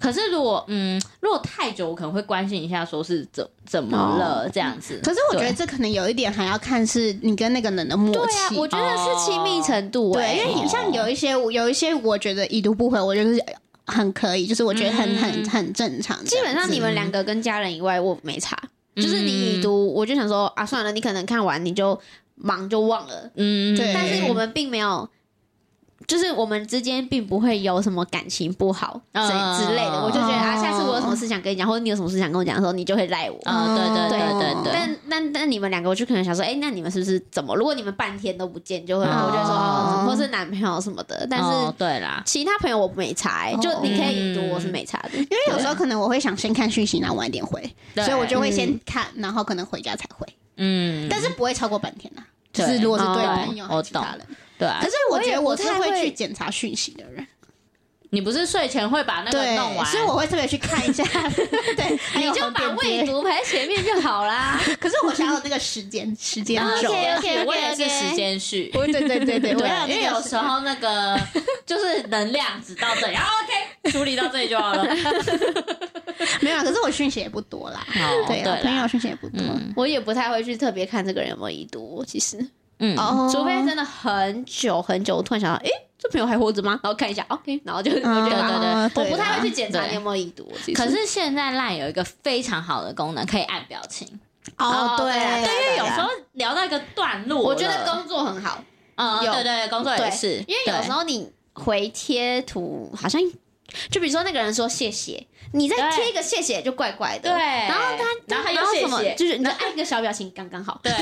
Speaker 1: 可是如果嗯，如果太久，我可能会关心一下，说是怎怎么了这样子。
Speaker 2: 可是我觉得这可能有一点还要看是你跟那个人的默
Speaker 1: 啊
Speaker 2: 契。
Speaker 3: 啊我觉得是亲密程度、
Speaker 2: 对
Speaker 3: 哎，
Speaker 2: 因为你像有一些有一些，我觉得已读不回，我就是很可以，就是我觉得
Speaker 1: 嗯
Speaker 2: 很、很很正常这样子。
Speaker 3: 基本上你们两个跟家人以外，我没差。就是你已读，我就想说啊，算了，你可能看完你就忙就忘了。
Speaker 1: 嗯，
Speaker 2: 对
Speaker 3: 但是我们并没有，就是我们之间并不会有什么感情不好之
Speaker 1: 嗯
Speaker 3: 之类的。我就觉得啊，
Speaker 2: 哦
Speaker 3: 下次我有什么事想跟你讲，或者你有什么事想跟我讲的时候，你就会赖我。
Speaker 1: 啊，对对对对对，
Speaker 3: 哦但但但你们两个，我就可能想说，哎、那你们是不是怎么？如果你们半天都不见，就会、我就会说，哦或是男朋友什么的。但是
Speaker 1: 哦对啦，
Speaker 3: 其他朋友我没查、欸，就你可以已读，我是没查的。
Speaker 2: 因为有时候可能我会想先看讯息，然后晚一点回，
Speaker 1: 对
Speaker 2: 所以我就会先看，然后可能回家才回，
Speaker 1: 嗯，
Speaker 2: 但是不会超过半天啦。就
Speaker 1: 对
Speaker 2: 是如果是对
Speaker 1: 哦
Speaker 2: 朋友
Speaker 1: 我
Speaker 2: 还是其他人，
Speaker 1: 对啊
Speaker 2: 可，是我觉得我是
Speaker 3: 我也不太
Speaker 2: 会
Speaker 3: 会
Speaker 2: 去检查讯息的人，
Speaker 1: 你不是睡前会把那个
Speaker 2: 对
Speaker 1: 弄完，，
Speaker 2: 所以我会特别去看一 下。对，还
Speaker 3: 你
Speaker 2: 有
Speaker 3: 就
Speaker 2: 红
Speaker 3: 把
Speaker 2: 点
Speaker 3: 未
Speaker 2: 点。
Speaker 3: 读排在前面就好啦。
Speaker 2: 可是我想要那个时 间时间轴。
Speaker 3: OK OK
Speaker 1: 我也
Speaker 3: OK
Speaker 1: 是时
Speaker 3: OK。
Speaker 1: 间序。
Speaker 2: 我对对对 对，我
Speaker 1: 对
Speaker 2: 要，
Speaker 1: 因为有时候那个就是能量只到这里啊，OK，处理到这里就好了。
Speaker 2: 没有啊，可是我讯息也不多啦。嗯
Speaker 1: 哦
Speaker 2: 对啊，
Speaker 1: 对
Speaker 2: 朋
Speaker 1: 啦，
Speaker 2: 友讯息也不多。
Speaker 3: 我也不太会去特别看这个人有没有已读，其实，
Speaker 1: 嗯，
Speaker 2: 哦
Speaker 3: 除非真的很久很久，我突然想到，哎、这朋友还活着吗？然后看一下，OK，然后就、
Speaker 2: 嗯
Speaker 1: 对
Speaker 3: 我就把
Speaker 1: 对
Speaker 2: 啊
Speaker 3: 我不太
Speaker 2: 啦
Speaker 3: 会去检查
Speaker 1: 对
Speaker 3: 你有没有已读。其实
Speaker 1: 可是现在 LINE 有一个非常好的功能，可以按表情。
Speaker 2: 哦，对啦，
Speaker 1: 对，因为有时
Speaker 2: 候
Speaker 1: 候聊到一个段落了，
Speaker 3: 我觉得工作很好，
Speaker 1: 嗯，
Speaker 3: 有
Speaker 1: 对对，工作也是，
Speaker 3: 因为有时
Speaker 1: 候
Speaker 3: 候你回贴图好像，就比如说那个人说谢谢，你再
Speaker 1: 对
Speaker 3: 贴一个谢谢就怪怪的。
Speaker 1: 对，
Speaker 3: 然后他
Speaker 1: 然后他
Speaker 3: 然后什
Speaker 1: 又
Speaker 3: 么
Speaker 1: 谢谢，
Speaker 3: 就是你再按一个小表情刚刚好。
Speaker 1: 对，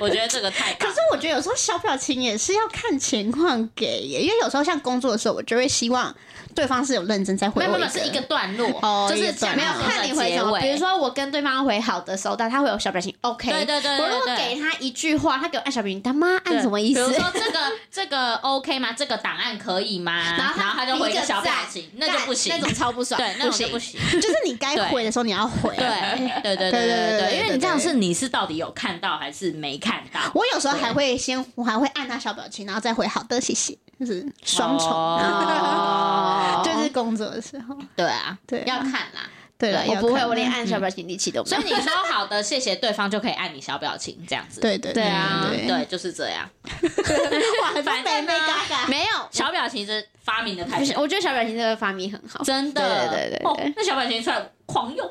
Speaker 1: 我觉得这个太
Speaker 2: 可
Speaker 1: 棒
Speaker 2: 是我觉得有时候小表情也是要看情况给耶，因为有时候像工作的时候，我就会希望对方是有认真在回
Speaker 1: 没有
Speaker 2: 我
Speaker 1: 没有是一个段
Speaker 2: 哦
Speaker 1: 落，就是
Speaker 2: 一个
Speaker 1: 讲
Speaker 2: 段
Speaker 3: 没有
Speaker 2: 落
Speaker 1: 到
Speaker 3: 看你
Speaker 1: 这个
Speaker 3: 回
Speaker 1: 结
Speaker 3: 什么，
Speaker 1: 尾
Speaker 3: 比如说我跟对方回好的手，但他会有小表情，OK。
Speaker 1: 对对对对对
Speaker 3: 我如果给他一句话，他给我按小表情，他妈按
Speaker 1: 对
Speaker 3: 什么意思？
Speaker 1: 比如说这个这个 OK 吗？这个档案可以吗？然
Speaker 3: 然后他
Speaker 1: 他就回
Speaker 3: 一个
Speaker 1: 小表
Speaker 3: 赞
Speaker 1: 情，那就不行，
Speaker 3: 那种超不爽，
Speaker 1: 对那种就不行。
Speaker 2: 就是你该回的时候你要回。啊
Speaker 1: 对对对对对
Speaker 2: 对对对
Speaker 1: 对，因为
Speaker 2: 对
Speaker 1: 你这样
Speaker 2: 对
Speaker 1: 是你是到底有看到还是没看到？
Speaker 2: 我有时候还会先，我还会按他小表情，然后再回好的谢谢，就是双重，
Speaker 1: 哦
Speaker 2: 就是工作的时候，
Speaker 1: 对啊，
Speaker 2: 对
Speaker 1: 要看啦。
Speaker 2: 对了，
Speaker 3: 我
Speaker 2: 要
Speaker 3: 不会，
Speaker 2: 看啊
Speaker 3: 我连按小表情力气都没
Speaker 1: 所以。
Speaker 3: 有
Speaker 1: 你说好的，谢谢对方就可以按你小表情这样子。
Speaker 2: 对对
Speaker 3: 对啊
Speaker 2: 对
Speaker 1: 对，就是这样。
Speaker 2: 哇，
Speaker 1: 反
Speaker 2: 反
Speaker 1: 正
Speaker 2: 正
Speaker 1: 呢
Speaker 2: 没嘎嘎，
Speaker 3: 没有，
Speaker 1: 小表情是发明的太
Speaker 3: 不是
Speaker 1: 好，
Speaker 3: 我觉得小表情这个发明很好。
Speaker 1: 真的，
Speaker 3: 对对对对
Speaker 1: 哦
Speaker 3: 对
Speaker 1: 那小表情出来狂用，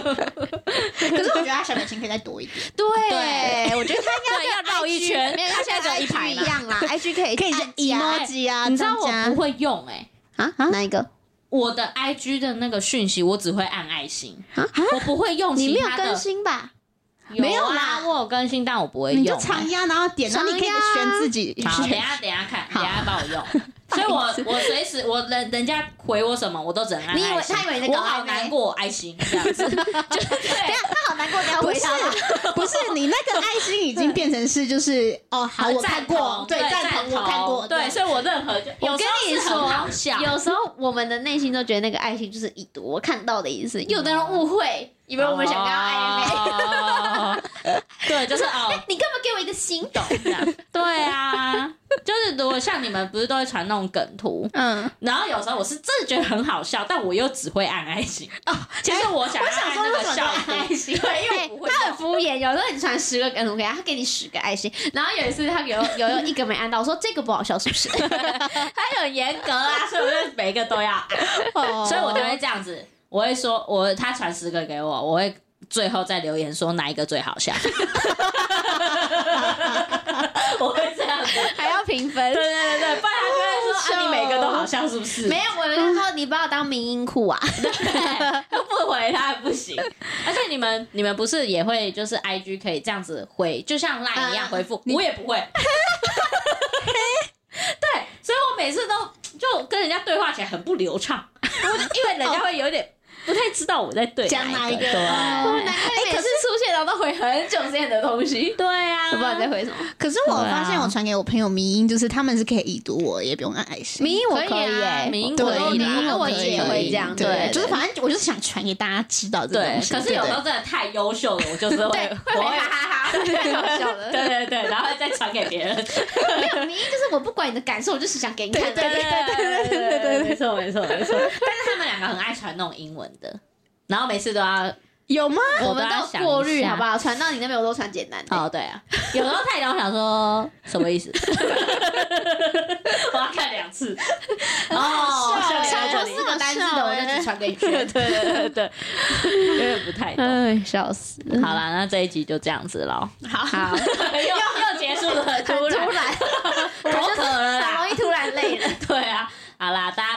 Speaker 2: 可是我觉得他小表情可以再多一点。
Speaker 3: 对，我觉得他
Speaker 1: 对，要绕一圈，没有，他现在只有一排
Speaker 3: 一
Speaker 1: 嘛。
Speaker 3: 样啦，IG 可以
Speaker 2: 可以加
Speaker 3: 按加
Speaker 2: emoji 啊，
Speaker 1: 哎你知道
Speaker 2: 这样
Speaker 1: 我
Speaker 2: 加
Speaker 1: 不会用哎，
Speaker 3: 啊哪一个？
Speaker 1: 我的 IG 的那个讯息，我只会按爱心，
Speaker 2: 啊
Speaker 1: 我不会用
Speaker 3: 你
Speaker 1: 其
Speaker 3: 没有
Speaker 1: 他
Speaker 3: 更
Speaker 1: 的。
Speaker 3: 新吧？
Speaker 1: 没有啊
Speaker 2: 没有啦
Speaker 1: 我有更新，但我不会
Speaker 2: 你
Speaker 1: 用
Speaker 2: 就
Speaker 1: 欸。
Speaker 2: 长压，然后点，然后你可以
Speaker 3: 长压
Speaker 2: 选自己
Speaker 1: 好，等一
Speaker 2: 选。
Speaker 1: 下等一下看，等一下帮我用。所以我我随时我人人家回我什么，我都只能按爱
Speaker 3: 你
Speaker 1: 心。
Speaker 3: 以为他以为你在
Speaker 1: 我
Speaker 3: 搞暧
Speaker 1: 好
Speaker 3: 昧
Speaker 1: 难过，爱心这样子，就是对。
Speaker 3: 他好难过，你要
Speaker 2: 不
Speaker 3: 回
Speaker 2: 是
Speaker 3: 他吗？
Speaker 2: 不是，你那个爱心已经变成是就是 哦，好，我看过，对，赞同，我看过，
Speaker 1: 对，所以我任何就
Speaker 3: 我跟你
Speaker 1: 有时候是很好笑，
Speaker 3: 有时候我们的内心都觉得那个爱心就是已读，我看到的意思。有的人误会，以为我们想跟他暧昧，
Speaker 1: 昧，对，就是哦，
Speaker 3: 哦你干嘛给我一个心动？
Speaker 1: 对啊，就是如果像你们不是都会传那种梗图，
Speaker 2: 嗯，
Speaker 1: 然后有时候我是真的觉得很好笑，但我又只会按爱心哦。其实我想要
Speaker 2: 我想
Speaker 1: 按
Speaker 2: 说
Speaker 1: 那
Speaker 2: 为什
Speaker 1: 个
Speaker 2: 么
Speaker 1: 笑
Speaker 2: 你按爱
Speaker 1: 心，对，因为我不会
Speaker 3: 他很敷衍，有时候你传十个梗图给他，他给你十个爱心。然后有一次他有有有一个没按到，我说这个不好笑是不 是？
Speaker 1: 他很严格啊，所以我就每一个都要按，
Speaker 3: 哦
Speaker 1: 所以我就会这样子，我会说，我他传十个给我，我会最后再留言说哪一个最好 笑，我会这样子，
Speaker 3: 还要评分
Speaker 1: 对对对对，不然他就会说啊，你每个都好笑是不是？
Speaker 3: 没有，我就说你把我当民音库啊。
Speaker 1: 都不回 他不行，而且你们你们不是也会就是 I G 可以这样子回，就像 Line 一
Speaker 2: 啊
Speaker 1: 样回复，我也不会。 对，所以我每次都就跟人家对话起来很不流畅，因为人家会有点不太知道我在对
Speaker 2: 讲哪
Speaker 1: 一
Speaker 2: 一个
Speaker 1: 对
Speaker 2: 哦
Speaker 3: 难怪
Speaker 1: 可是出现了都回很久之前的东西。对啊，
Speaker 3: 我 不知道你在回什么。
Speaker 2: 可是我发现我传给我朋友迷音，就是他们是可以已读我，也不用按爱心。
Speaker 3: 迷我
Speaker 1: 可以啊
Speaker 3: 耶，
Speaker 1: 迷因
Speaker 3: 对
Speaker 1: 我都
Speaker 2: 对，
Speaker 1: 迷
Speaker 3: 因
Speaker 2: 因
Speaker 3: 我
Speaker 2: 可
Speaker 3: 自己也
Speaker 2: 以
Speaker 3: 会这样，
Speaker 2: 对
Speaker 3: 对，，
Speaker 2: 就是
Speaker 3: 对
Speaker 2: 反正我就是想传给大家知道这个
Speaker 1: 对
Speaker 2: 东，西。
Speaker 1: 可是有时候
Speaker 2: 对
Speaker 1: 真的太优秀了，我就是会 我会
Speaker 3: 哈哈，太好笑了。
Speaker 1: 对对对，然后再传给别人。
Speaker 3: 没有迷因就是我不管你的感受，我就是想给你看。
Speaker 1: 对对对对对，没错没错没错。但是他们两个很爱传那种英文的，然后每次都要
Speaker 2: 有吗？
Speaker 3: 我们
Speaker 1: 要
Speaker 3: 都
Speaker 1: 想
Speaker 3: 过
Speaker 1: 一
Speaker 3: 滤
Speaker 1: 下
Speaker 3: 好不好？传到你那边我都传简单的。
Speaker 1: 哦，对啊，有时候太聊，我想说什么意 思？我要看两 次。哦，
Speaker 3: 笑
Speaker 1: 笑
Speaker 3: 欸
Speaker 1: 脸在这里
Speaker 3: 这个单字的我就只传给你圈。
Speaker 1: 对对对对，有点不太懂。
Speaker 3: 哎，笑死！
Speaker 1: 好啦，那这一集就这样子喽。
Speaker 3: 好，
Speaker 1: 嗯 又又结束了，突
Speaker 3: 突
Speaker 1: 然
Speaker 3: 然，
Speaker 1: 口渴了
Speaker 3: 很
Speaker 1: 啦。
Speaker 3: 容易突然累了。
Speaker 1: 对啊，好啦，大